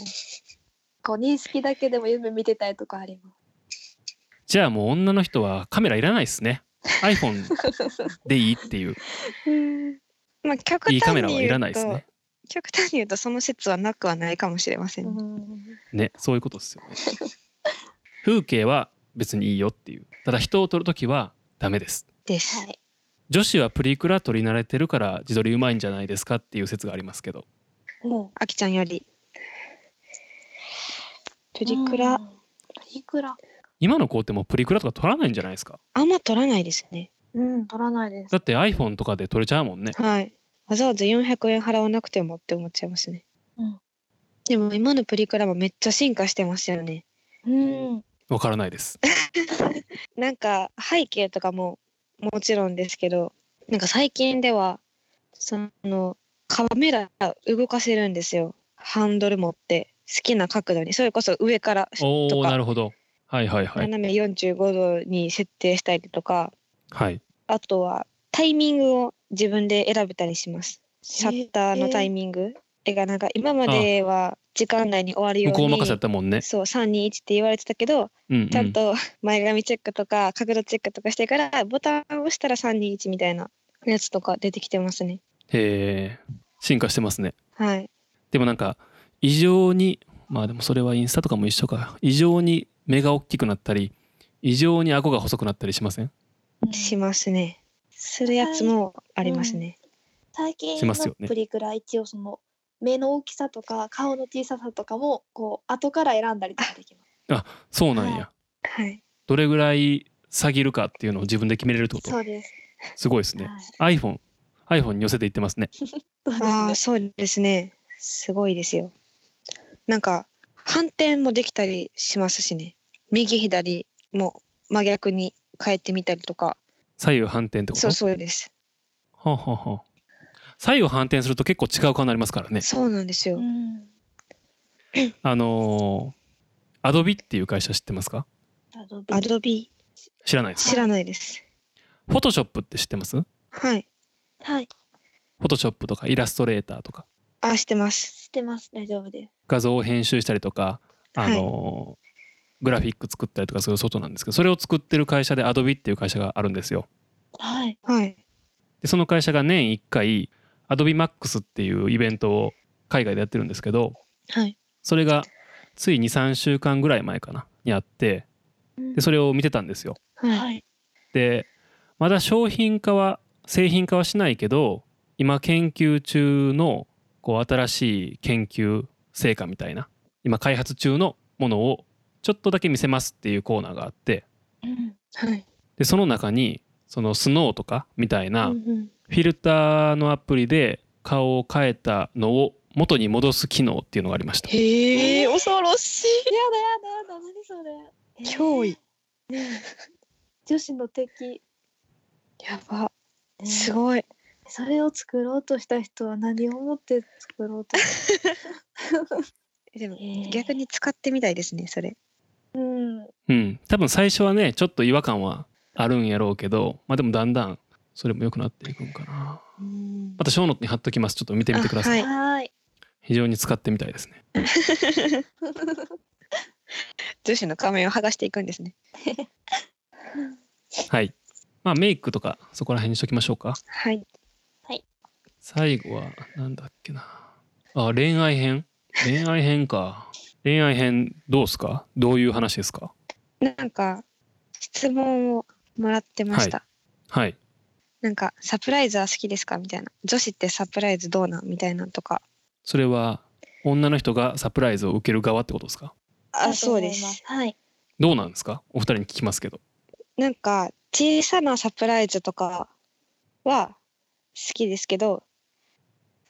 S2: こう認識だけでも夢見てたいとかありま
S1: じゃあもう女の人はカメラいらないですね iPhone
S2: す
S1: でいいって
S3: *laughs*
S1: いう
S3: まあ極端
S1: い
S3: に
S1: いカメラはい
S3: 言
S1: ら
S3: う
S1: ないです
S3: と
S1: ね
S3: 極端に言うとその説はなくはないかもしれませんね、
S2: うん
S1: ねそういうことです
S3: *laughs*
S1: よね風景は別にいいよっていうただ人を撮るときはダメです
S3: です、
S2: はい
S1: 女子はプリクラ撮り慣れてるから自撮りうまいんじゃないですかっていう説がありますけど
S2: も
S3: あきちゃんより。プ
S2: う
S3: リクラ、
S2: うんプリクラ
S1: 今の子ってもうプリクラとか撮らないんじゃないですか
S3: あんま取らないですね。
S2: うん取らないです
S1: だって iPhone とかで撮れちゃうもんね
S3: はい。わざわざ400円払わなくてもって思っちゃいますね。
S2: うん
S3: でも今のプリクラもめっちゃ進化してますよね。
S2: うん
S1: わからない
S3: *laughs*
S1: です
S3: なんか背景とかももちろんですけど、なんか最近ではそのカメラ動かせるんですよ。ハンドル持って好きな角度にそれこそ上から
S1: お
S3: と
S1: お
S3: か
S1: なるほどはいはいはい
S3: 斜め45度に設定したりとか、
S1: はい
S3: あとはタイミングを自分で選べたりします。シャッターのタイミング。えがなんか今までは時間内に終わるよ
S1: 向
S3: う
S1: こう
S3: に
S1: 任せだったもんね
S3: そう321って言われてたけど、
S1: うんうん
S3: ちゃんと *laughs* 前髪チェックとか角度チェックとかしてからボタンを押したら321みたいなやつとか出てきてますね。
S1: へえ進化してますね
S3: はい。
S1: でもなんか異常にまあでもそれはインスタとかも一緒か異常に目が大きくなったり異常に顎が細くなったりしません
S3: しますね。するやつもありますね。
S2: 最近
S1: しますよね
S2: のプリクラ一
S1: *laughs*
S2: 応その目の大きさとか顔の小ささとかもこう後から選んだりとかできます。
S1: そうなんや。
S3: はい。
S1: どれぐらい下げるかっていうのを自分で決めれるってこ
S2: そ
S1: と
S2: うです。
S1: すごいですね。
S2: はい
S1: iPhone、iPhone に寄せていってますね。
S2: そうです
S3: あ
S2: ね
S3: *laughs* あ、そうですね。すごいですよ。なんか、反転もできたりしますしね。右左も真逆に変えてみたりとか。
S1: 左右反転ってこと
S3: そうそうです。
S1: はあはあはあ左右反転すると結構違う顔になりますからね。
S3: そうなんですよ
S2: う。ん。
S1: あのー、Adobe っていう会社知ってますか
S2: アドビ
S3: アドビ
S1: 知らないです
S3: 知
S1: か。
S3: らないです。
S1: フォトショップって知ってますフ
S3: はい。
S2: はい。
S1: ォトショップとかイラストレーターとか
S3: あ、してます。
S2: してます。大丈夫です。
S1: 画像を編集したりとか、あのーグラフィック作ったりとかそういう外なんですけどそれを作ってる会社で Adobe っていう会社があるんですよ。
S2: はい。
S3: はい。
S1: でその会社が年1回 AdobeMax っていうイベントを海外でやってるんですけど
S3: はい。
S1: それがつい23週間ぐらい前かなにあってでそれを見てたんですよ。
S3: はい。
S2: い。
S1: でまだ商品化は製品化はしないけど今研究中のこう新しい研究成果みたいな今開発中のものをちょっとだけ見せますっていうコーナーがあって
S2: うん。
S3: はい。
S1: でその中にそのスノーとかみたいな
S3: うんうん
S1: フィルターのアプリで顔を変えたのを元に戻す機能っていうのがありました。
S3: へえ、恐ろしい。
S2: やだやだやだ。何それ。えー
S3: 脅威。
S2: 女子の敵。
S3: やば。
S2: ね
S3: すごい。
S2: それを作ろうとした人は何を思って作ろうとし
S3: でも
S2: たえー
S3: 逆に使ってみたいですね、それ。
S2: うん
S1: うん、多分最初はねちょっと違和感はあるんやろうけど、まあ、でもだんだんそれも良くなっていくんかな。またショーノットに貼っときますちょっと見てみてください、
S3: あはい
S2: はーい
S1: 非常に使ってみたいですね
S3: 女子の仮面を剥がしていくんですね。
S1: はいまあメイクとかそこら辺にしときましょうか
S3: はい。
S1: 最後はなんだっけなあ恋愛編恋愛編か恋愛編どうすかどういう話ですか
S3: なんか質問をもらってました。
S1: はい
S3: なんかサプライズは好きですかみたいな。女子ってサプライズどうなんみたいなのとか。
S1: それは女の人がサプライズを受ける側ってことですか
S3: あ、
S2: だと
S3: そ
S2: 思
S3: う
S2: い
S3: で。
S2: ますはい
S1: どうなんですかお二人に聞きますけど
S3: なんか小さなサプライズとかは好きですけど、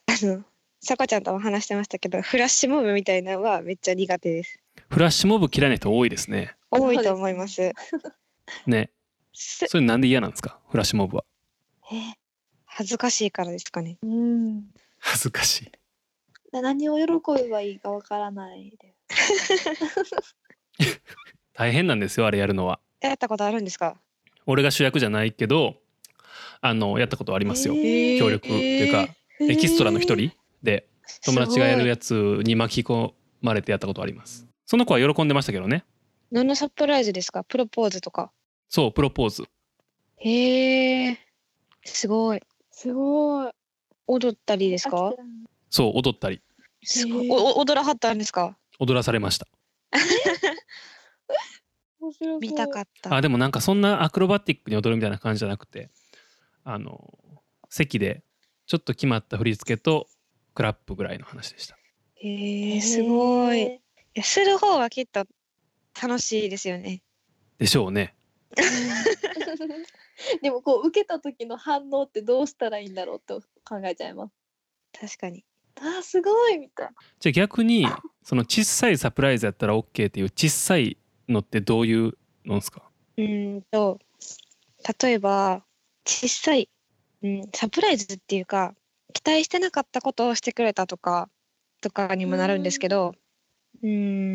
S3: あのさこちゃんとも話してましたけど、フラッシュモブみたいなのはめっちゃ苦手です。
S1: フラッシュモブ嫌いな人多いですね
S3: 多いと思います。
S1: ね
S3: す
S1: それなんで嫌なんですかフラッシュモブは
S2: え
S3: 恥ずかしいからですかね。
S2: うん
S1: 恥ずかしい
S2: で何を喜べばいいかわからないで
S1: 大変なんですよあれやるのは
S3: やったことあるんですか？
S1: 俺が主役じゃないけどあのやったことありますよ、
S2: えー
S1: 協力っていうか、エキストラの一人で友達がやるやつに巻き込まれてやったことありますその子は喜んでましたけどね
S3: 何のサプライズですかプロポーズとか
S1: そうプロポーズ
S3: へえすごい
S2: すごい
S3: 踊ったりですか
S1: そう踊ったり
S3: すごい
S2: へー
S3: おお踊らはったんですか
S1: 踊らされました
S2: 面白そう
S3: 見たかった
S1: あでもなんかそんなアクロバティックに踊るみたいな感じじゃなくてあの席でちょっと決まった振り付けとクラップぐらいの話でした
S3: へえすごいい
S2: *laughs* へ
S3: やする方はきっと楽しいですよね
S1: でしょうね
S2: ーでもこう受けた時の反応ってどうしたらいいんだろうと考えちゃいます
S3: 確かに
S2: あーすごいみたいな
S1: じゃあ逆にその小さいサプライズやったら OK っていう小さいのってどういうのですか
S3: うーんと例えば小さい、うん、サプライズっていうか期待してなかったことをしてくれたとかとかにもなるんですけどうー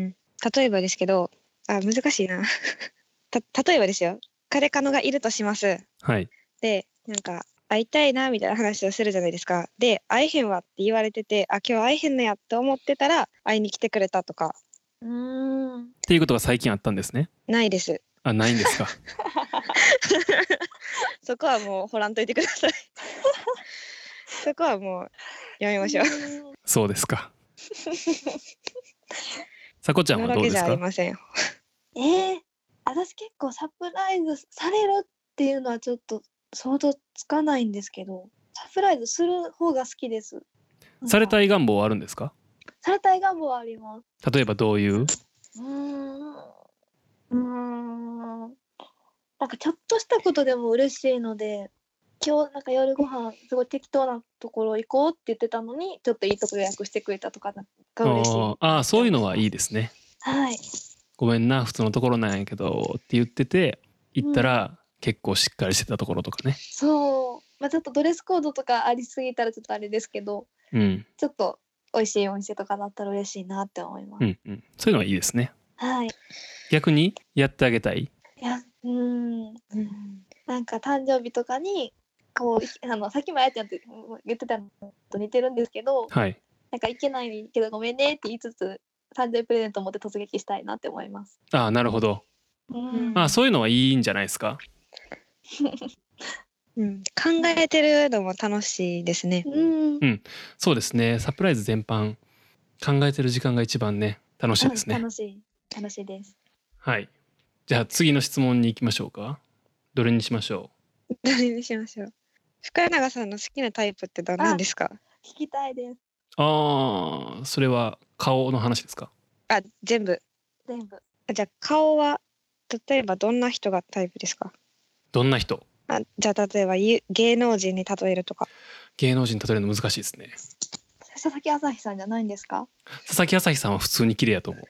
S3: ん例えばですけどあ難しいな *laughs* た例えばですよ彼彼女がいるとします
S1: はい
S3: でなんか会いたいなみたいな話をするじゃないですかで会えへんわって言われててあ今日会えへんのやって思ってたら会いに来てくれたとか
S2: うん
S1: っていうことが最近あったんですね。
S3: ないです
S1: あ、ないんです
S3: *laughs*
S1: か。
S3: そこはもうほらんといてくだ *laughs* さいそこはもうやめましょう
S1: そうですか。さこちゃん
S3: の
S1: はど
S3: ろ
S1: う
S3: け
S1: で
S3: じ
S1: す
S3: ゃあり
S1: か。
S3: ません
S2: えー、私結構サプライズされるっていうのはちょっと想像つかないんですけどサプライズする方が好きです
S1: された
S2: い
S1: い願望はあるんですか。
S2: されたい願望はあります
S1: 例えばどういう。
S2: うーん。うーん。なんかちょっとしたことでも嬉しいので、今日なんか夜ご飯すごい適当なところ行こうって言ってたのに、ちょっといいとこ予約してくれたとかが嬉しい。
S1: ああーそういうのはいいですね
S2: はい。
S1: ごめんな普通のところなんやけどって言ってて行ったら結構しっかりしてたところとかね
S2: そう。まあちょっとドレスコードとかありすぎたらちょっとあれですけど、
S1: うん
S2: ちょっと美味しいお店とかだったら嬉しいなって思います。
S1: うんうんそういうのはいいですね
S2: はい。
S1: 逆にやってあげたい
S2: いや、うーん。
S3: うん
S2: なんか誕生日とかにこういあのさっきもあやちゃんって言ってたのと似てるんですけど
S1: はい
S2: なんか行けないけどごめんねって言いつつ誕生日プレゼント持って突撃したいなって思います。
S1: ああなるほど
S2: うん
S1: ああそういうのはいいんじゃないですか
S3: うん、考えてるのも楽しいですね。
S2: うん
S1: そうですねサプライズ全般考えてる時間が一番ね楽しいですね、
S2: 楽しい楽しいです。
S1: はいじゃあ次の質問に行きましょうかどれにしましょ
S3: どれにしましょう。深柳さんの好きなタイプってどんなんですか。
S2: 聞きたいです
S1: うああそれは顔の話ですか
S3: あ、全部。
S2: 全部。
S3: あじゃあ顔は例えばどんな人がタイプですか。
S1: どんな人
S3: あ、じゃあ例えばゆ芸能人に例えるとか。
S1: 芸能人例えるの難しいですね
S2: 佐々木朝日さんじゃないんですか？。
S1: 佐々木朝日さんは普通に綺麗やと思う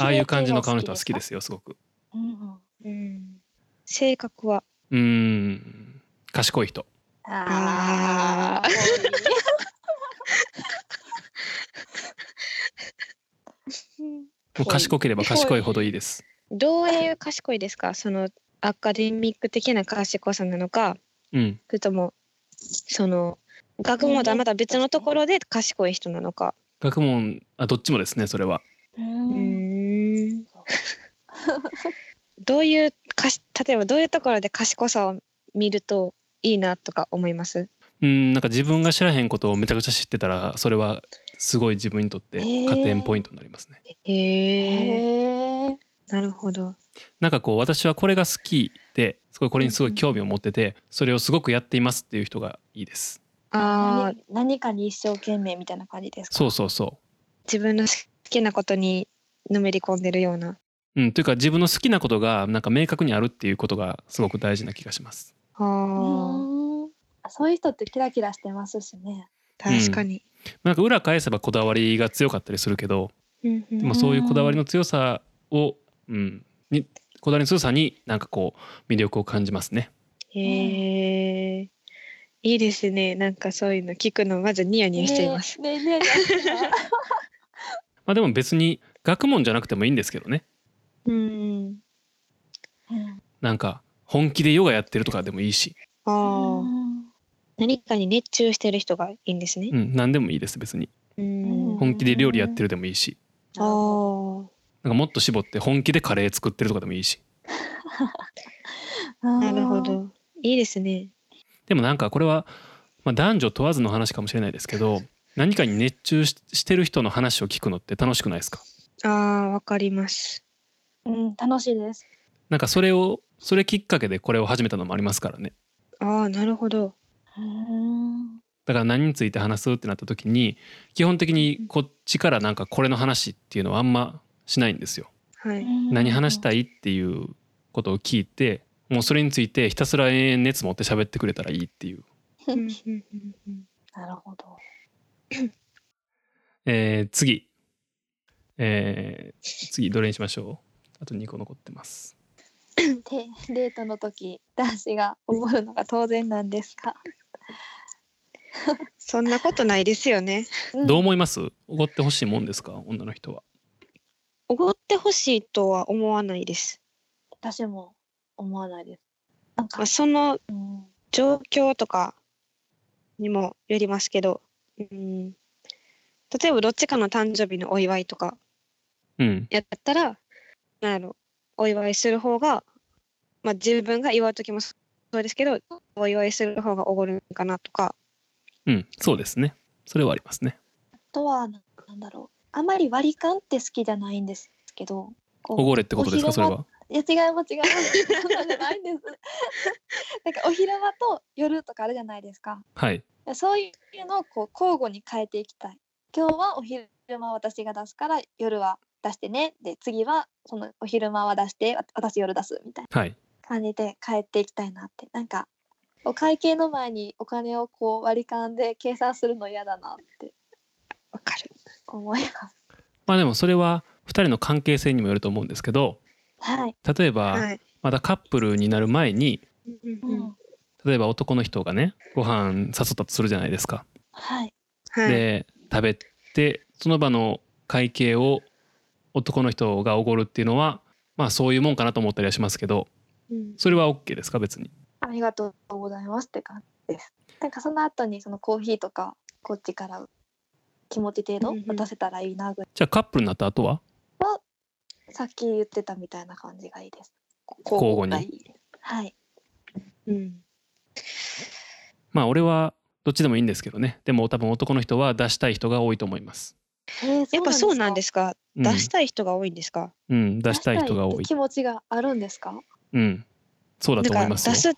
S1: ああいう感じの顔の人は好きですすよすごく
S2: うんうん
S3: うん。性格は
S1: うーん賢い人
S2: あ
S3: あ
S2: ー
S1: もう賢ければ賢いほどいいです
S3: どういう賢いですか。そのアカデミック的な賢さなのか、
S1: うん
S3: それともその学問とはまた別のところで賢い人なのか。
S1: 学問あどっちもですねそれは
S2: うん
S3: うーんどういうかし例えばどういうところで賢さを見るといいなとか思います
S1: うんなんか自分が知らへんことをめちゃくちゃ知ってたらそれはすごい自分にとって加点ポイントになりますね、
S3: へえ
S2: へえ。
S3: なるほど
S1: なんかこう私はこれが好きですごいこれにすごい興味を持っててそれをすごくやっていますっていう人がいいです
S3: あー
S2: 何何かに一生懸命みたいな感じですか？
S1: そうそうそ
S3: 自分の好きなことにのめり込んでるような
S1: ううんというか自分の好きなことがなんか明確にあるっていうことがすごく大事な気がします
S3: あー
S2: うんあそういう人ってキラキラしてますしね。
S3: 確かに、
S1: なんか裏返せばこだわりが強かったりするけど
S3: うんうん
S1: でもそういうこだわりの強さをうんにこだわりの強さになんかこう魅力を感じますね
S3: へえいいですねなんかそういうの聞くのまずニヤニヤしちゃいます、
S2: ねえねえねえね
S1: まあでも別に学問じゃなくてもいいんですけどね
S3: うん
S2: えうん
S1: なんか本気でヨガやってるとかでもいいし、
S3: あー
S2: うん
S3: 何かに熱中してる人がいいんですね
S1: う、ん、何でもいいです別に
S3: うん
S1: 本気で料理やってるでもいいし
S3: あー
S1: なんかもっと絞って本気でカレー作ってるとかでもいいし
S3: なるほ。ど。いいですね。
S1: でもなんかこれは、まあ、男女問わずの話かもしれないですけど何かに熱中ししてる人の話を聞くのって楽しくないですか
S3: ああ、わかります。
S2: うん楽しいです。
S1: なんかそれをそれきっかけでこれを始めたのもありますからね
S3: ああ、なるほど。
S2: うん
S1: だから何について話すってなった時に基本的にこっちからなんかこれの話っていうのはあんましないんですよ
S3: はい。
S1: 何話し
S2: い。
S1: たいっていうことを聞いてもうそれについてひたすら永遠熱持って喋ってくれたらいいっていう、
S3: うんうんうんうん
S2: なるほど。
S1: えー次、えー次どれにしましょうあと2個残ってます
S2: でデートの時男子が思うのが当然なんですか？
S3: そんなことないですよね。
S1: どう
S2: も。
S1: 思いますおごってほしいもんですか女の人は
S3: おごってほしいとは思わないです。
S2: 私も思わないです。なん
S3: ま
S2: か
S3: あ、。その
S2: うん
S3: 状況とかにもよりますけど、うん、例えばどっちかの誕生日のお祝いとか
S1: うん
S3: やったら、なんやろ、お祝いする方が、まあ、自分が祝う時もそうですけど、お祝いする方がおごるんかなとか、
S1: うんそうですねそれはありますね
S2: あとはななんだろうあまり割り勘って好きじゃないんですけどこう
S1: おごれってことですか
S2: お
S1: そ
S2: 昼
S1: れはい
S2: 間や違います違います *laughs* そんなんじゃないんです *laughs* なんかお昼間と夜とかあるじゃないですか
S1: はい
S2: そういうのをこう交互に変えていきたい今日はお昼間私が出すから夜は出してねで次はそのお昼間は出してわ私夜出すみたいな
S1: はい
S2: 感じで帰っていきたいなってなんかお会計の前にお金をこう割り勘で計算するの嫌だなって
S3: わかる。
S2: 思います。
S1: まあでもそれは2人の関係性にもよると思うんですけど
S2: はい、
S1: 例えば
S3: はい。
S1: まだカップルになる前に
S3: うん
S2: う
S3: うんん、
S1: 例えば男の人がねご飯誘ったとするじゃないですか。
S2: はい
S3: はい。
S1: で食べてその場の会計を男の人がおごるっていうのはまあそういうもんかなと思ったりはしますけど
S3: うん
S1: それは OK ですか別に。
S2: ありがとうございますって感じです。なんかその後にそのコーヒーとかこっちから気持ち程
S3: うん
S2: 度
S3: うん
S2: 渡せたらいいなぐらい、
S1: じゃあカップルになった後は
S2: さっき言ってたみたいな感じがいいです。
S1: 交互に
S2: がいいですはい。
S3: うん。
S1: まあ俺はどっちでもいいんですけどねでも多分男の人は出したい人が多いと思います。
S2: えー
S3: やっぱそうなんですす
S1: う
S3: か。
S1: ん
S3: 出したい人が多いんですか。
S1: うん、
S2: か。
S1: 出したい人が多
S2: 出した
S1: い
S2: って。気持ちがあるんですか？
S1: うん、そうだと思
S3: ないんか
S1: ます
S3: 出
S1: よ。
S3: すっ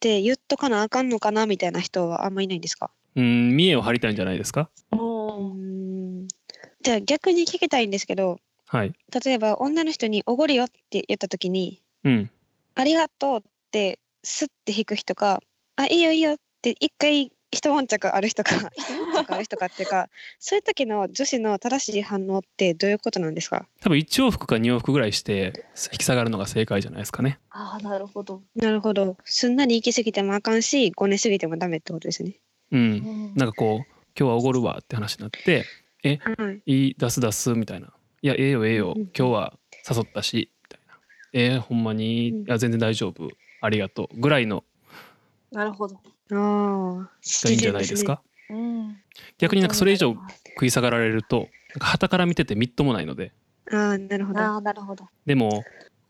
S3: て言っとかなあかんのかなみたいな人はあんまいないんですか。
S1: うん、見栄を張りたいんじゃないですか。
S3: う
S2: も
S3: ん。じゃあ逆に聞きたいんですけど、
S1: はい。
S3: 例えば女の人におごるよって言った時に、
S1: うん。
S3: ありがとうってスッて引く人か、あいいよいいよって一回一悶着ある人 *laughs* か、一悶着ある人かっていうか、そういう時の女子の正しい反応ってどういうことなんですか。
S1: 多分1往復か2往復ぐらいして引き下がるのが正解じゃないですかね。
S2: ああなるほど。
S3: なるほど。すんなり行き過ぎてもあかんし、ごね過ぎてもダメってことですね。
S1: う。
S2: うんん
S1: なんかこう今日はおごるわって話になって
S3: はい。
S1: いい出す出すみたいな。いやええよええよ
S3: うん
S1: 今日は誘ったしみたいな。えー、ほんまに
S3: う
S1: い
S3: ん
S1: や全然大丈夫ありがとうぐらいの
S2: なるほど。
S3: ああ。
S1: がいいんじゃないですか。
S2: うん。
S1: 逆になんかそれ以上食い下がられるとなんか傍から見ててみっともないので。
S3: ああ、なるほど。
S2: ああなるほど。
S1: でも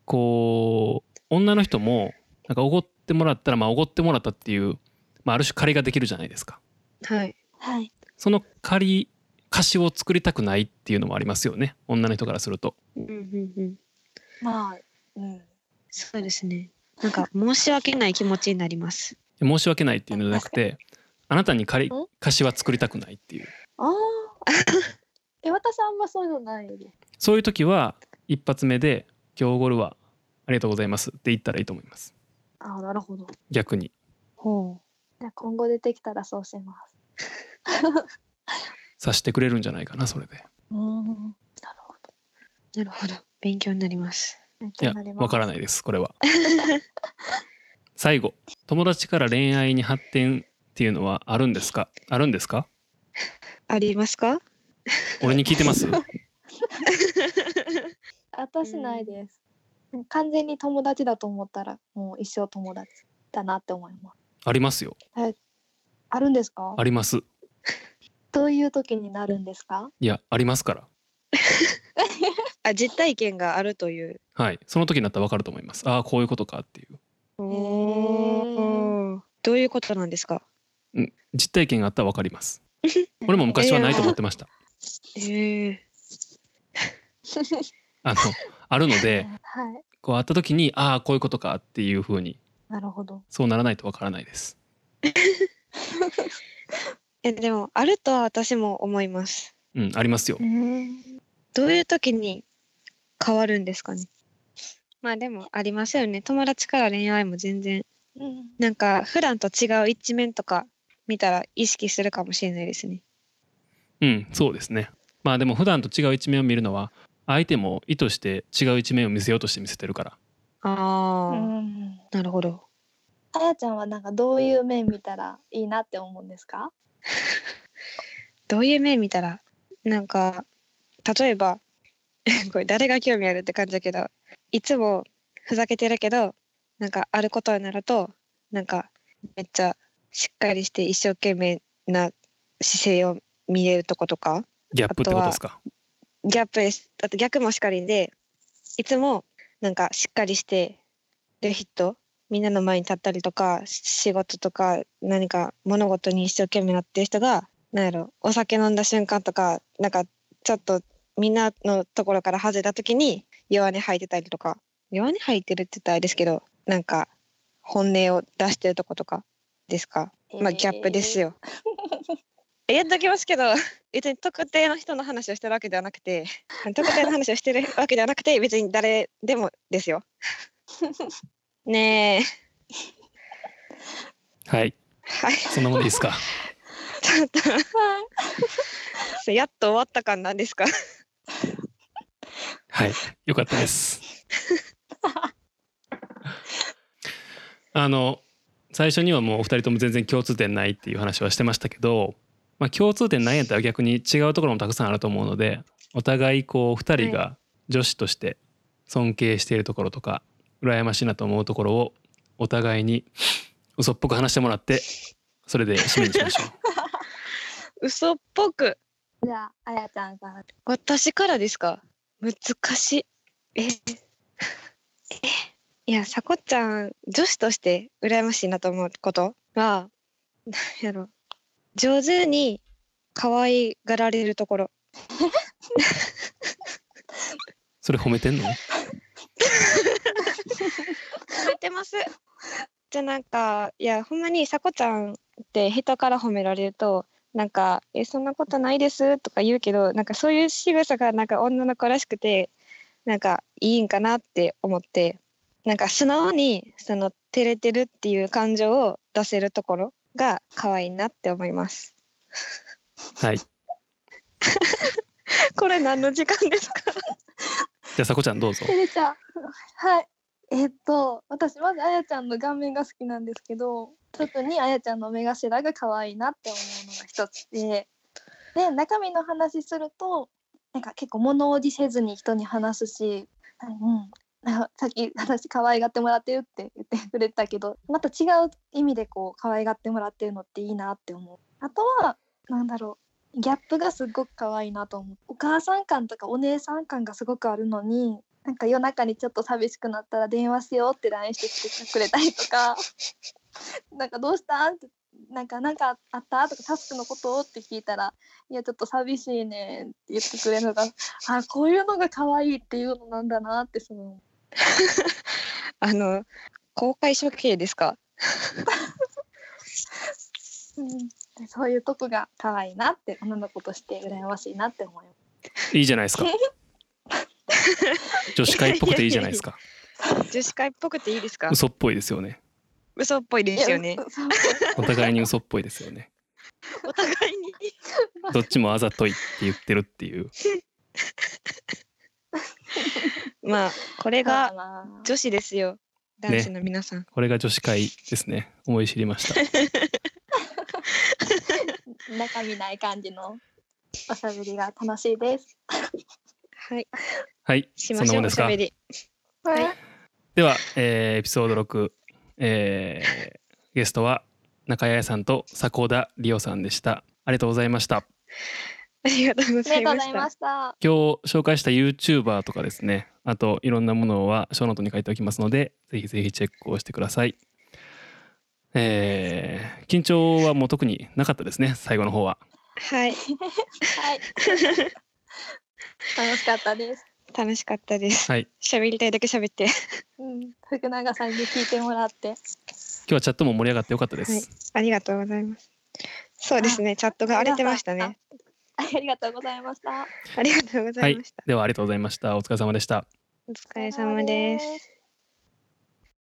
S1: こう女の人もなんかおごってもらったらまあおごってもらったっていう、まあ、ある種借りができるじゃないですか
S3: はい。
S2: はい。
S1: その借り貸しを作りたくないっていうのもありますよね女の人からすると
S3: うんうんうん。
S2: まあうん。
S3: そうですね。なんか申し訳ない気持ちになります。
S1: 申し訳ないっていうのじゃなく
S2: *laughs*
S1: てあなたに借り
S2: ん
S1: 貸しは作りたくないっていう
S2: あ
S1: *laughs*
S2: あ。え私あんまそういうのないです。
S1: そういう時は一発目で「今日おごるはありがとうございます」って言ったらいいと思います
S2: ああなるほど。
S1: 逆に
S3: ほ
S2: じゃあ今後出てきたらそうします。
S1: 察してくれるんじゃないかなそれで
S2: うん。なるほど。
S3: う。なるほど。勉強になります。
S2: 勉
S1: い
S2: 強
S1: や
S2: になります。
S1: わからないですこれは *laughs* 最後友達から恋愛に発展っていうのはあるんですかあるんですか
S3: ありますか。
S1: 俺に聞いてます
S2: *laughs* 私ないです、完全に友達だと思ったらもう一生友達だなって思います
S1: ありますよ
S2: あるんですか
S1: あります
S2: どういう時になるんですか
S1: いやありますから
S3: あ、実体験があるという。
S1: はいその時になったらわかると思いますああこういうことかっていう
S3: おーどういうことなんですか。
S1: 実体験があったらわかります俺も昔はないと思ってました
S3: ええ
S1: あのあるので
S2: *laughs* はい
S1: こう会った時にああこういうことかっていう風に
S2: なるほど
S1: そうならないとわからないです
S3: え、でも、あるとは私も思います。
S1: うんありますよ
S3: どういう時に変わるんですかね。まあ、でも、ありますよね。友達から恋愛も全然、
S2: うん
S3: なんか、普段と違う一面とか。見たら意識するかもしれないですね。
S1: うんそうですねまあでも普段と違う一面を見るのは相手も意図して違う一面を見せようとして見せてるから
S3: あ
S2: う
S3: あ、
S2: ん
S3: なるほど。
S2: あやちゃんはなんかどういう面見たらいいなって思うんですか
S3: どういう目見たらなんか例えば *laughs* これ誰が興味あるって感じだけどいつもふざけてるけどなんかあることになるとなんかめっちゃしっかりして一生懸命な姿勢を見れるとことか
S1: ギャップってことですか
S3: ギャップですあと逆もしかりでいつもなんかしっかりしてる人みんなの前に立ったりとかし仕事とか何か物事に一生懸命なってる人がなんやろお酒飲んだ瞬間とかなんかちょっとみんなのところから外れた時に弱音吐いてたりとか弱音吐いてるって言ったらあれですけどなんか *laughs* 本音を出してるとことかですかまあギャップです
S2: よ
S3: よ。入れときますけど別に特定の人の話をしてるわけではなくて特定の話をしてるわけではなくて *laughs* 別に誰でもです *laughs* よ。ねえ
S1: はい
S3: はい
S1: そんなもんでいいですか
S3: ちょっと *laughs* やっと終わった感なんですか *laughs*
S1: はいよかったですあの最初にはもうお二人とも全然共通点ないっていう話はしてましたけど、まあ、共通点ないんやったら逆に違うところもたくさんあると思うのでお互いこう二人が女子として尊敬しているところとか、羨ましいなと思うところをお互いに嘘っぽく話してもらってそれで締めにしましょう。
S3: 嘘っぽく
S2: じゃあ、あやちゃんから。
S3: 私からですか難しいええ *laughs* いやさこちゃん女子として羨ましいなと思うことは何やろ上手に可愛がられるところ
S1: それ褒めてんの
S3: 褒めてますじゃあなんかいやほんまにさこちゃんって人から褒められるとなんか「えそんなことないです」とか言うけどなんかそういう仕草がなんか女の子らしくてなんかいいんかなって思ってなんか素直にその照れてるっていう感情を出せるところが可愛いなって思います。
S1: はいじ
S3: *laughs* これ何の時間ですか
S1: ゃあさこちゃんどうぞ
S2: て。れちゃん。 *laughs* はい。えっと、私まずあやちゃんの顔面が好きなんですけど、特にあやちゃんの目頭が可愛いなって思うのが一つで、で、中身の話すると、なんか結構物おじせずに人に話すし、うん、なんかさっき私可愛がってもらってるって言ってくれてたけど、また違う意味でこう可愛がってもらってるのっていいなって思う。あとは、なんだろう。ギャップがすっごく可愛いなと思うお母さん感とかお姉さん感がすごくあるのになんか夜中にちょっと寂しくなったら電話しようって LINE してきてくれたりとか *laughs* なんかどうしたんってなんかなんかあったとかタスクのことをって聞いたらいやちょっと寂しいねんって言ってくれるのがあこういうのが可愛いっていうのなんだなってその
S3: あの公開処刑ですか
S2: うん、そういうとこが可愛いなって女の子として羨ましいなって思います。
S1: いいじゃないですか女子会っぽくていいじゃないですか
S3: 女子会っぽくていいですか
S1: 嘘っぽいですよ
S3: *laughs*
S1: ね
S3: 嘘っぽいですよ
S2: い
S3: ね
S2: や。そう
S1: お互いに嘘っぽいですよね
S3: お互いに
S1: どっちもあざといって言ってるっていう
S3: まあこれ
S2: だ
S3: が
S2: な
S3: 女子ですよ
S1: ね
S3: 男子の皆さん、
S1: これが女子会ですね思い知りま
S3: *laughs*
S1: した
S2: 中身ない感じのおしゃべりが楽しいです。
S3: はい
S1: はい
S3: し
S1: そ
S3: ま
S1: んな
S3: し
S1: も
S3: ょ
S1: ん
S3: う
S1: で
S3: お
S1: す
S3: しゃ
S1: か
S3: べ
S1: *laughs*
S2: は
S3: り
S2: い
S1: では、えーエピソード6、えーゲストは中谷さんと迫田理央さんでしたありがとうございました
S3: ありがとうご
S2: あり
S3: ざい
S2: がとうご
S3: ま
S2: ざ
S3: し
S2: い
S3: た
S2: ました。
S1: 今日紹介した YouTuber とかですねあといろんなものはショーノートに書いておきますのでぜひぜひチェックをしてくださいえー緊張はもう特になかったですね最後の方は
S3: はい
S2: はい。楽しかったです。
S3: 楽しかったです
S1: はい
S3: 喋りたいだけ喋って
S2: うん、福永さんに聞いてもらって。
S1: 今日はチャットも盛り上がってよかったです、
S3: はいありがとうございますそうですねチャットが荒れてましたね
S2: ありがとうございました。
S3: ありがとうございました、
S1: ではありがとうございましたお疲れ様でした
S3: お疲れ様です
S2: す。